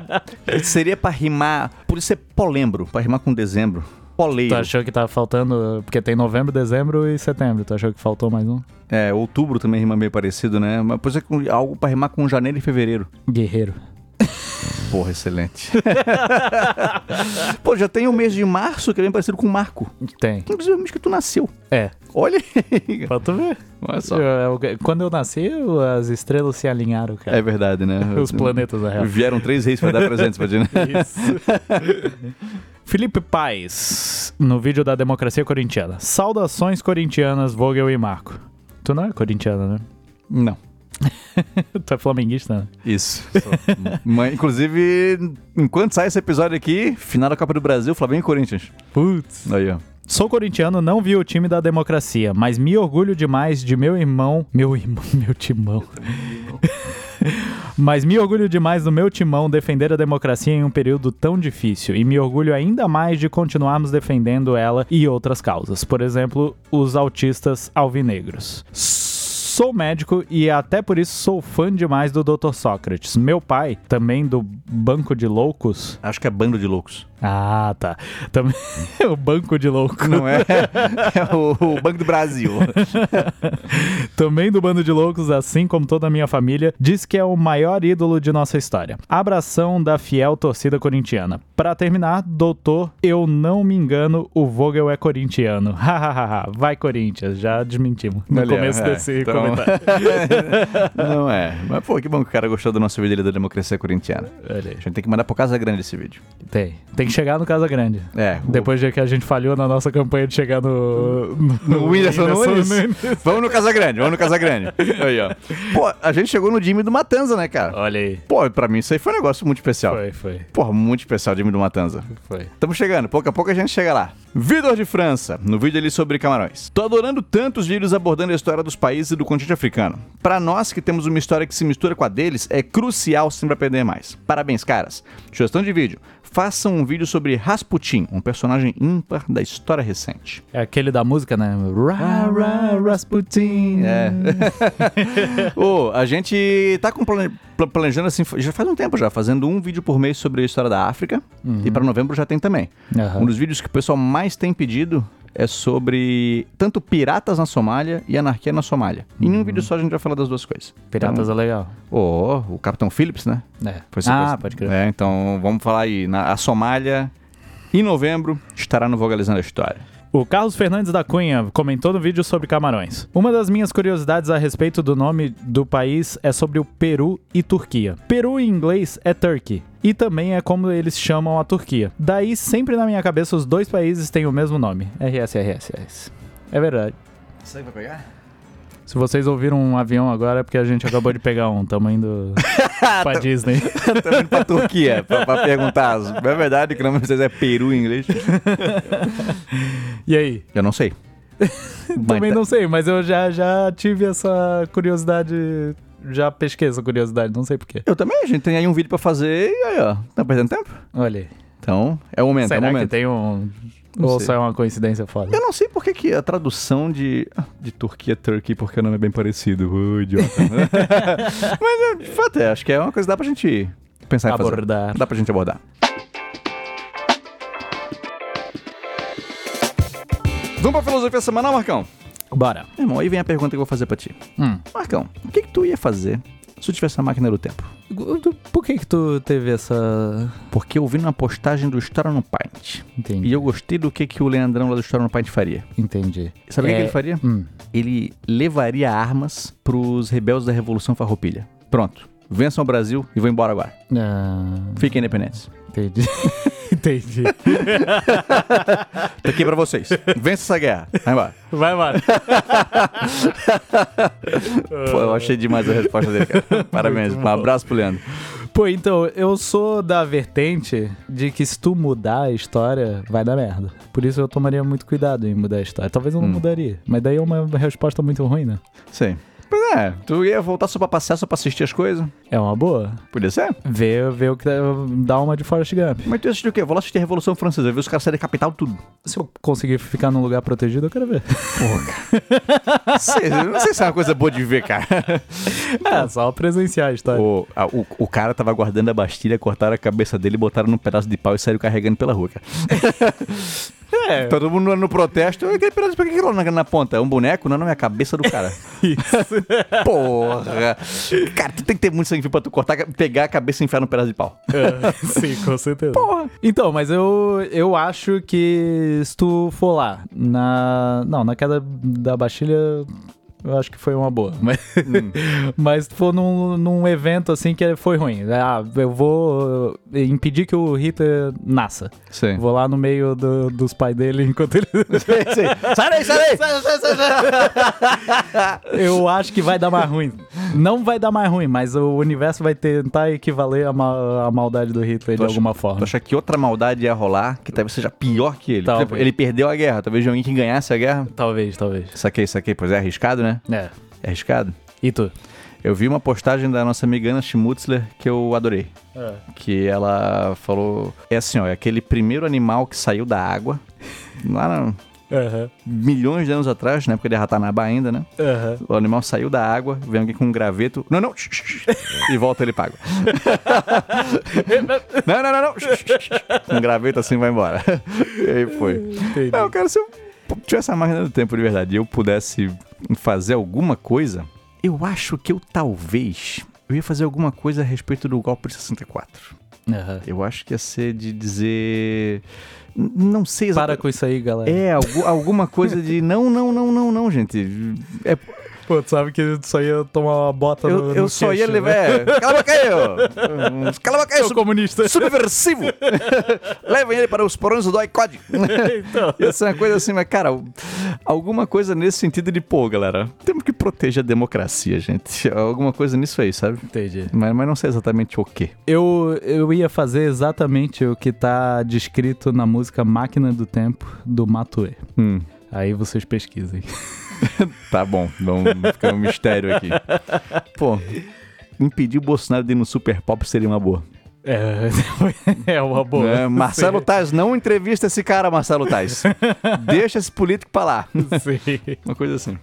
Speaker 1: Seria pra rimar. Por isso é polembro, pra rimar com dezembro. Poleiro.
Speaker 2: Tu achou que tava faltando. Porque tem novembro, dezembro e setembro. Tu achou que faltou mais um?
Speaker 1: É, outubro também rima meio parecido, né? Mas por isso é com- algo pra rimar com janeiro e fevereiro.
Speaker 2: Guerreiro.
Speaker 1: Porra, excelente. Pô, já tem o mês de março que é bem parecido com Marco.
Speaker 2: Tem.
Speaker 1: Que inclusive é o mês que tu nasceu.
Speaker 2: É.
Speaker 1: Olha aí.
Speaker 2: Pra tu ver.
Speaker 1: Olha só.
Speaker 2: Eu- eu- quando eu nasci, eu- as estrelas se alinharam, cara.
Speaker 1: É verdade, né?
Speaker 2: Os planetas, na real.
Speaker 1: Vieram três reis pra dar presentes pra ti, né?
Speaker 2: Felipe Paes, no vídeo da Democracia Corintiana. Saudações corintianas, Vogel e Marco. Tu não é corintiano, né?
Speaker 1: Não.
Speaker 2: Tu é flamenguista, né?
Speaker 1: Isso. Mas, inclusive, enquanto sai esse episódio aqui, final da Copa do Brasil, Flamengo e Corinthians.
Speaker 2: Putz.
Speaker 1: Aí, ó.
Speaker 2: Sou corintiano, não vi o time da democracia, mas me orgulho demais de meu irmão. Meu irmão, meu timão. mas me orgulho demais do meu timão defender a democracia em um período tão difícil. E me orgulho ainda mais de continuarmos defendendo ela e outras causas. Por exemplo, os autistas alvinegros. Sou médico e até por isso sou fã demais do Dr. Sócrates. Meu pai, também do Banco de Loucos.
Speaker 1: Acho que é bando de loucos.
Speaker 2: Ah, tá. Também o Banco de Loucos.
Speaker 1: Não é? É o, o Banco do Brasil.
Speaker 2: também do Bando de Loucos, assim como toda a minha família, diz que é o maior ídolo de nossa história. Abração da fiel torcida corintiana. Pra terminar, doutor, eu não me engano, o Vogel é corintiano. Hahaha, vai Corinthians, já desmentimos no
Speaker 1: Olha,
Speaker 2: começo
Speaker 1: é,
Speaker 2: desse
Speaker 1: então-
Speaker 2: comentário.
Speaker 1: Não é. Mas, pô, que bom que o cara gostou do nosso vídeo ali é da democracia corintiana.
Speaker 2: Olha aí.
Speaker 1: A gente tem que mandar pro Casa Grande esse vídeo.
Speaker 2: Tem, tem que chegar no Casa Grande.
Speaker 1: É. o-
Speaker 2: Depois de que a gente falhou na nossa campanha de chegar no. No,
Speaker 1: No Whindersson Nunes?
Speaker 2: Nunes.
Speaker 1: Vamos no Casa Grande, vamos no Casa Grande. Aí, ó. Pô, a gente chegou no Jimmy do Matanza, né, cara?
Speaker 2: Olha aí.
Speaker 1: Pô, pra mim isso aí foi um negócio muito especial.
Speaker 2: Foi, foi,
Speaker 1: Porra, muito especial, Jimmy do Matanza.
Speaker 2: foi.
Speaker 1: Estamos chegando, pouco a pouco a gente chega lá. Vidor de França, no vídeo ali sobre camarões. Tô adorando tantos vídeos abordando a história dos países do continente africano. Pra nós que temos uma história que se mistura com a deles, é crucial sempre aprender mais. Parabéns, caras. Sugestão de vídeo: façam um vídeo sobre Rasputin, um personagem ímpar da história recente.
Speaker 2: É aquele da música, né? Ra, ra, Rasputin.
Speaker 1: É. Ô, a gente tá com plane- pla- planejando assim, já faz um tempo já, fazendo um vídeo por mês sobre a história da África. E pra novembro já tem também.
Speaker 2: Uhum. Aham.
Speaker 1: Um dos vídeos que o pessoal mais tem pedido é sobre tanto piratas na Somália e anarquia na Somália. Em um vídeo só a gente vai falar das duas coisas.
Speaker 2: Uhum. Piratas é legal.
Speaker 1: Então, oh, o Capitão Phillips, né?
Speaker 2: É.
Speaker 1: Foi
Speaker 2: ah,
Speaker 1: sequestrado.
Speaker 2: pode crer.
Speaker 1: É, então vamos falar aí. Na, a Somália, em novembro, estará no Vogalizando a História.
Speaker 2: O Carlos Fernandes da Cunha comentou no vídeo sobre camarões. Uma das minhas curiosidades a respeito do nome do país é sobre o Peru e Turquia. Peru em inglês é Turkey. E também é como eles chamam a Turquia. Daí, sempre na minha cabeça, os dois países têm o mesmo nome. RS, RS, RS. É verdade.
Speaker 1: Isso aí vai pegar?
Speaker 2: Se vocês ouviram um avião agora, é porque a gente acabou de pegar um. Tamo indo pra Disney.
Speaker 1: Estamos indo pra Turquia pra, pra perguntar. as- É verdade que o nome de vocês é Peru em inglês?
Speaker 2: E aí?
Speaker 1: Eu não sei. tá.
Speaker 2: Também não sei, mas eu já, já tive essa curiosidade. Já pesquei essa curiosidade, não sei porquê.
Speaker 1: Eu também, a gente tem aí um vídeo pra fazer e aí, ó, tá perdendo tempo?
Speaker 2: Olha aí.
Speaker 1: Então, é o momento, é o
Speaker 2: Será que
Speaker 1: momento.
Speaker 2: tem um.
Speaker 1: Não
Speaker 2: Ou
Speaker 1: sei.
Speaker 2: só é uma coincidência foda?
Speaker 1: Eu não sei por que, que a tradução de, de Turquia é Turkey, porque o nome é bem parecido. Ô, idiota. é Mas, de fato, é, acho que é uma coisa que dá pra gente pensar em fazer.
Speaker 2: Abordar.
Speaker 1: Dá pra gente abordar. Vamos pra filosofia semanal, Marcão?
Speaker 2: Bora.
Speaker 1: Meu irmão, aí vem a pergunta que eu vou fazer pra ti.
Speaker 2: Hum.
Speaker 1: Marcão, o que, que tu ia fazer se tu tivesse a máquina do tempo?
Speaker 2: Por que que tu teve essa...
Speaker 1: Porque eu vi uma postagem do História no Paint. E
Speaker 2: Entendi.
Speaker 1: eu gostei do que, que o Leandrão lá do História no Paint faria.
Speaker 2: Entendi.
Speaker 1: Sabe o que
Speaker 2: É,
Speaker 1: que ele faria?
Speaker 2: Hum.
Speaker 1: Ele levaria armas pros rebeldes da Revolução Farroupilha. Pronto. Vençam o Brasil e vão embora agora.
Speaker 2: Ah,
Speaker 1: Fiquem independentes.
Speaker 2: entendi. entendi.
Speaker 1: Tá aqui pra vocês. Vença essa guerra. Vai embora.
Speaker 2: Vai, mano.
Speaker 1: Pô, eu achei demais a resposta dele, cara. Parabéns. Um abraço pro Leandro.
Speaker 2: Pô, então, eu sou da vertente de que se tu mudar a história, vai dar merda. Por isso eu tomaria muito cuidado em mudar a história. Talvez eu não mudaria, mas daí é uma resposta muito ruim, né?
Speaker 1: Sim. Pois é, tu ia voltar só pra passear, só pra assistir as coisas?
Speaker 2: É uma boa.
Speaker 1: Podia ser.
Speaker 2: Ver, ver o que tá, dá uma de Forrest Gump.
Speaker 1: Mas tu ia assistir o quê? Eu vou lá assistir a Revolução Francesa, ver os caras saírem da capital tudo.
Speaker 2: Se eu conseguir ficar num lugar protegido, eu quero ver.
Speaker 1: Sei, não sei se é uma coisa boa de ver, cara.
Speaker 2: É, só presenciar a história.
Speaker 1: O, a- o, o cara tava guardando a Bastilha, cortaram a cabeça dele, botaram num pedaço de pau e saíram carregando pela rua, cara.
Speaker 2: É.
Speaker 1: Todo mundo no protesto, "Ei, aquele pedaço, por que aquilo na, na ponta? É um boneco? Não, não, é a cabeça do cara. Porra! Cara, tu tem que ter muito sangue frio pra tu cortar, pegar a cabeça e enfiar num pedaço de pau.
Speaker 2: Sim, com certeza. Então, mas eu, eu acho que se tu for lá na. Não, na queda da Bastilha. Eu acho que foi uma boa. Mas,
Speaker 1: Hum.
Speaker 2: mas se tu for num, num evento assim que foi ruim. Ah, eu vou eh, impedir que o Hitler nasça.
Speaker 1: Sim.
Speaker 2: Vou lá no meio do- dos pais dele enquanto ele.
Speaker 1: Sai daí, sai daí!
Speaker 2: Eu acho que vai dar mais ruim. Não vai dar mais ruim, mas o universo vai tentar equivaler à ma- à maldade do Hitler de
Speaker 1: acha-
Speaker 2: alguma
Speaker 1: Tu
Speaker 2: forma.
Speaker 1: acha que outra maldade ia rolar, que talvez seja pior que ele? Por
Speaker 2: Talvez.
Speaker 1: exemplo, ele perdeu a guerra, talvez alguém que ganhasse a guerra.
Speaker 2: Talvez, talvez.
Speaker 1: Saquei, saquei, pois é arriscado, né?
Speaker 2: É.
Speaker 1: É arriscado.
Speaker 2: E tu?
Speaker 1: Eu vi uma postagem da nossa amiga Ana Schmutzler que eu adorei.
Speaker 2: É.
Speaker 1: Que ela falou. É assim, ó, é aquele primeiro animal que saiu da água. Lá na-
Speaker 2: Aham.
Speaker 1: milhões de anos atrás, né, na época de Ratanaba ainda, né?
Speaker 2: Aham.
Speaker 1: O animal saiu da água, vem alguém com um graveto. Não, não! E volta ele pago. Não, não, não, não! Um graveto assim vai embora. E aí foi.
Speaker 2: Entendi.
Speaker 1: Não, cara, se
Speaker 2: um-
Speaker 1: eu tivesse a máquina do tempo de verdade e eu pudesse fazer alguma coisa, eu acho que eu talvez. Eu ia fazer alguma coisa a respeito do golpe de 64.
Speaker 2: Aham.
Speaker 1: Eu acho que ia ser de dizer. N- Não sei
Speaker 2: Para
Speaker 1: exatamente.
Speaker 2: com isso aí, galera.
Speaker 1: É, algu- alguma coisa de. Não, não, não, não, não, gente. É,
Speaker 2: Pô, tu sabe que tu só ia tomar uma bota
Speaker 1: eu
Speaker 2: no
Speaker 1: eu
Speaker 2: no
Speaker 1: só
Speaker 2: queixo,
Speaker 1: ia
Speaker 2: né?
Speaker 1: levar. é, Cala a boca aí, ó. Cala a boca aí,
Speaker 2: Seu
Speaker 1: sub-
Speaker 2: comunista.
Speaker 1: subversivo. Levem ele para os porões do Doicode.
Speaker 2: então.
Speaker 1: Isso é uma coisa assim, mas, cara, alguma coisa nesse sentido de, pô, galera, temos que proteger a democracia, gente. Alguma coisa nisso aí, sabe?
Speaker 2: Entendi.
Speaker 1: Mas, mas não sei exatamente o quê.
Speaker 2: Eu, eu ia fazer exatamente o que tá descrito na música Máquina do Tempo, do Matue.
Speaker 1: Hum,
Speaker 2: Aí vocês pesquisem.
Speaker 1: tá bom, vamos ficar um mistério aqui. Pô, impedir o Bolsonaro de ir no Super Pop seria uma boa.
Speaker 2: É, é uma boa.
Speaker 1: Né? Marcelo Tais, não entrevista esse cara, Marcelo Tais. Deixa esse político pra lá.
Speaker 2: Sim.
Speaker 1: Uma coisa assim.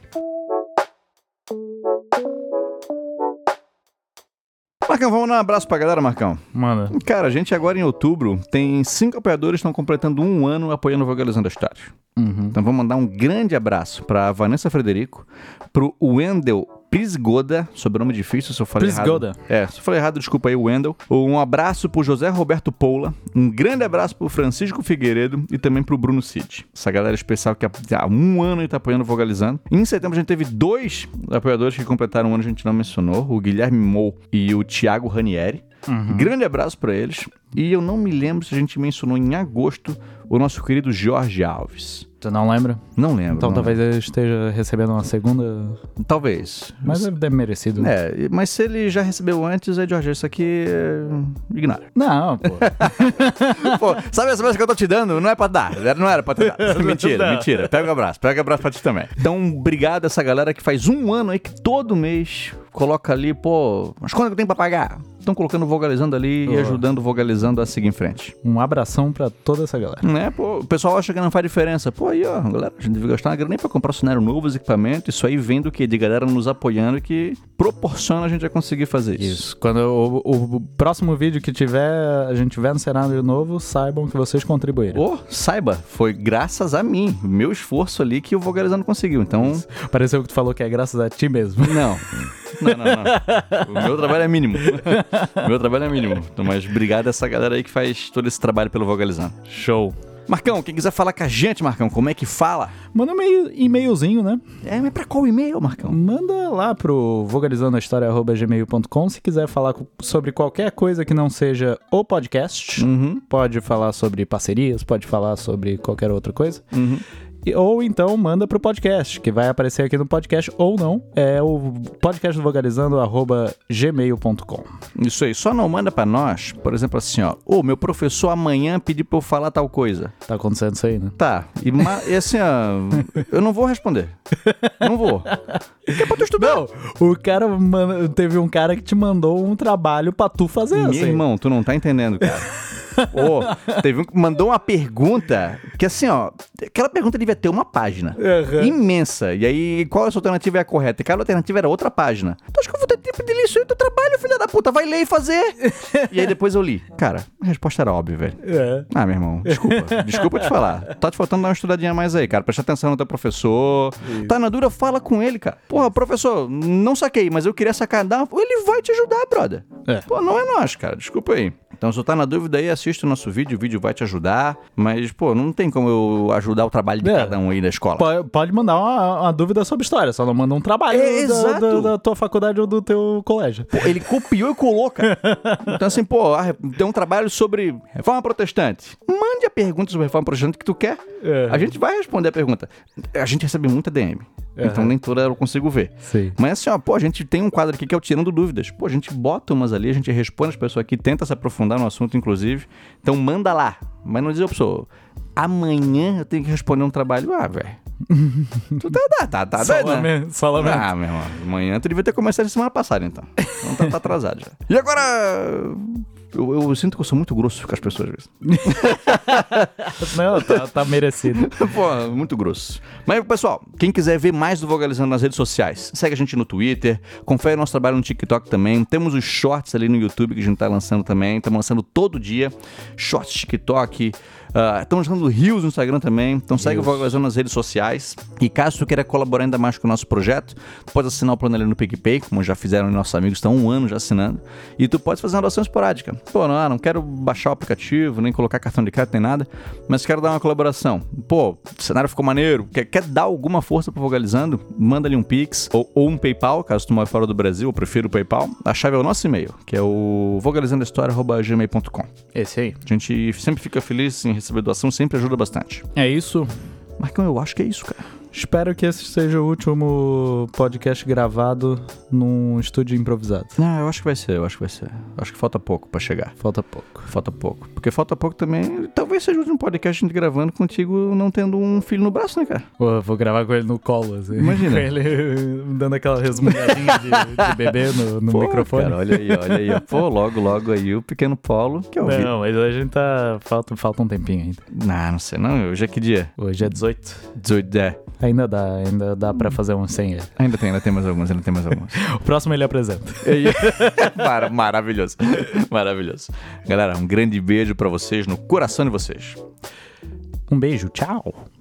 Speaker 1: Marcão, vamos dar um abraço pra galera, Marcão.
Speaker 2: Mano,
Speaker 1: Cara, a gente agora em outubro tem cinco apoiadores que estão completando um ano apoiando o Vogalizando a História.
Speaker 2: uhum.
Speaker 1: Então vamos mandar um grande abraço pra Vanessa Frederico, pro Wendel Prisgoda, sobrenome difícil se eu falei
Speaker 2: Prisgoda.
Speaker 1: errado. É, se eu falei errado, desculpa aí, Wendel. Um abraço pro José Roberto Poula, um grande abraço pro Francisco Figueiredo e também pro Bruno Cid. Essa galera especial que há um ano aí tá apoiando o Vogalizando. Em setembro a gente teve dois apoiadores que completaram um ano, a gente não mencionou, o Guilherme Mou e o Thiago Ranieri.
Speaker 2: Uhum.
Speaker 1: Grande abraço pra eles. E eu não me lembro se a gente mencionou em agosto o nosso querido Jorge Alves.
Speaker 2: tu não lembra?
Speaker 1: Não lembro.
Speaker 2: Então
Speaker 1: não
Speaker 2: talvez eu esteja recebendo uma segunda,
Speaker 1: lembro. Talvez.
Speaker 2: mas é bem merecido.
Speaker 1: É, e- mas se ele já recebeu antes, é Jorge, isso aqui é... ignora.
Speaker 2: Não, pô.
Speaker 1: Pô, sabe essa mensagem que eu tô te dando? Não é pra dar, era- não era pra te dar. mentira, mentira. Pega o abraço, pega o abraço pra ti também. Então, obrigado a essa galera que faz um ano aí que todo mês coloca ali, pô, mas quando é que eu tenho pra pagar? estão colocando vocalizando ali e
Speaker 2: Boa.
Speaker 1: ajudando o vocalizando a seguir em frente.
Speaker 2: Um abração pra toda essa galera.
Speaker 1: Né? Pô, o pessoal acha que não faz diferença. Pô, aí, ó, galera, a gente deve gastar uma grana nem pra comprar cenário novo, equipamento. Isso aí vem do que? De galera nos apoiando que proporciona a gente a conseguir fazer isso.
Speaker 2: Isso. Quando eu- o, o próximo vídeo que tiver, a gente tiver no cenário novo, saibam que vocês contribuíram.
Speaker 1: Ou, saiba, foi graças a mim, meu esforço ali, que o vocalizando conseguiu. Então,
Speaker 2: Pareceu que tu falou que é graças a ti mesmo.
Speaker 1: Não. Não, não, não. O meu trabalho é mínimo. O meu trabalho é mínimo. Então, mas obrigado a essa galera aí que faz todo esse trabalho pelo Vogalizando.
Speaker 2: Show.
Speaker 1: Marcão, quem quiser falar com a gente, Marcão, como é que fala?
Speaker 2: Manda um e- e-mailzinho, né?
Speaker 1: É, mas pra qual e-mail, Marcão?
Speaker 2: Manda lá pro vogalizandoahistoria.gmail.com se quiser falar co- sobre qualquer coisa que não seja o podcast.
Speaker 1: Uhum.
Speaker 2: Pode falar sobre parcerias, pode falar sobre qualquer outra coisa.
Speaker 1: Uhum.
Speaker 2: E- Ou então manda pro podcast, que vai aparecer aqui no podcast ou não. É o podcast vogalizando arroba gmail.com.
Speaker 1: Isso aí. Só não manda pra nós, por exemplo, assim, ó. Ô, meu professor amanhã pediu pra eu falar tal coisa.
Speaker 2: Tá acontecendo isso aí, né?
Speaker 1: Tá. E, ma- e assim, ó. Eu não vou responder. Não vou. Que é pra tu estudar.
Speaker 2: O cara manda- teve um cara que te mandou um trabalho pra tu fazer
Speaker 1: Meu
Speaker 2: assim.
Speaker 1: irmão, tu não tá entendendo, cara. Ô, teve um que mandou uma pergunta que assim, ó, aquela pergunta devia ter uma página
Speaker 2: Aham.
Speaker 1: imensa. E aí, qual a sua alternativa é a correta? E cada alternativa era outra página. Tu acha que eu vou ter tempo de ler isso aí do trabalho, filha da puta? Vai ler e fazer. e aí depois eu li. Cara, a resposta era óbvia, velho.
Speaker 2: É.
Speaker 1: Ah, meu irmão, desculpa. desculpa te falar. Tá te faltando dar uma estudadinha mais aí, cara. Presta atenção no teu professor. Tá na dura, fala com ele, cara. Porra, professor, não saquei, mas eu queria sacar. Dá uma- Ele vai te ajudar, brother.
Speaker 2: É.
Speaker 1: Pô, não é nós, cara. Desculpa aí. Então, se tu tá na dúvida aí, assiste o nosso vídeo. O vídeo vai te ajudar. Mas, pô, não tem como eu ajudar o trabalho de
Speaker 2: É.
Speaker 1: cada um aí da escola.
Speaker 2: Pode, pode mandar uma, uma dúvida sobre história, só não manda um trabalho
Speaker 1: É,
Speaker 2: da-
Speaker 1: exato.
Speaker 2: da, da tua faculdade ou do teu colégio.
Speaker 1: Pô, ele copiou e colou, cara. Então, assim, pô, a- tem um trabalho sobre reforma protestante. Mande a pergunta sobre reforma protestante que tu quer.
Speaker 2: É.
Speaker 1: A gente vai responder a pergunta. A gente recebe muita DM. Então, nem toda eu consigo ver.
Speaker 2: Sim.
Speaker 1: Mas assim, ó, pô, a gente tem um quadro aqui que é o Tirando Dúvidas. Pô, a gente bota umas ali, a gente responde as pessoas aqui, tenta se aprofundar no assunto, inclusive. Então manda lá. Mas não diz, ô, pessoa, amanhã eu tenho que responder um trabalho. Ah, velho. tu tá, tá, tá, tá doido, né?
Speaker 2: só lamento.
Speaker 1: Ah, meu irmão, amanhã tu devia ter começado semana passada, então. Então tá, tá atrasado já. E agora. Eu, eu sinto que eu sou muito grosso com as pessoas às vezes.
Speaker 2: Não, tá, tá merecido.
Speaker 1: Pô, muito grosso. Mas, pessoal, quem quiser ver mais do Vogalizando nas redes sociais, segue a gente no Twitter, confere nosso trabalho no TikTok também. Temos os shorts ali no YouTube que a gente tá lançando também. Estamos lançando todo dia. Shorts TikTok. Estamos lançando Rios no Instagram também. Então segue o Vogalizando nas redes sociais. E caso tu queira colaborar ainda mais com o nosso projeto, tu pode assinar o plano ali no PicPay, como já fizeram nossos amigos, estão há um ano já assinando. E tu pode fazer uma doação esporádica. Pô, não, não quero baixar o aplicativo, nem colocar cartão de crédito, nem nada, mas quero dar uma colaboração. Pô, o cenário ficou maneiro, quer, quer dar alguma força pro Vogalizando? Manda ali um Pix ou, ou um PayPal, caso tu mora fora do Brasil, eu prefiro o PayPal. A chave é o nosso e-mail, que é o vogalizandohistoria.gmail.com.
Speaker 2: Esse aí.
Speaker 1: A gente sempre fica feliz em receber doação, sempre ajuda bastante.
Speaker 2: É isso.
Speaker 1: Marcão, eu acho que é isso, cara.
Speaker 2: Espero que esse seja o último podcast gravado num estúdio improvisado.
Speaker 1: Não, eu acho que vai ser, eu acho que vai ser. Acho que falta pouco pra chegar.
Speaker 2: Falta pouco.
Speaker 1: Falta pouco. Porque falta pouco também. Talvez seja o último podcast a gente gravando contigo não tendo um filho no braço, né, cara?
Speaker 2: Pô, vou gravar com ele no colo, assim.
Speaker 1: Imagina.
Speaker 2: Com ele eh, dando aquela resmungadinha de, de bebê no, no
Speaker 1: Pô,
Speaker 2: Um microfone.
Speaker 1: Cara, olha aí, olha aí. ó. Pô, logo, logo aí o pequeno Paulo. Que eu vi.
Speaker 2: Não, mas a gente tá. Falta, falta um tempinho ainda.
Speaker 1: Não, não sei não. Hoje é que dia?
Speaker 2: Hoje é 18.
Speaker 1: 18, é.
Speaker 2: Ainda dá, ainda dá pra fazer um sem ele.
Speaker 1: Ainda tem, ainda tem mais algumas, ainda tem mais algumas.
Speaker 2: O próximo ele apresenta.
Speaker 1: Mara- maravilhoso. Maravilhoso. Galera, um grande beijo pra vocês, no coração de vocês.
Speaker 2: Um beijo, tchau.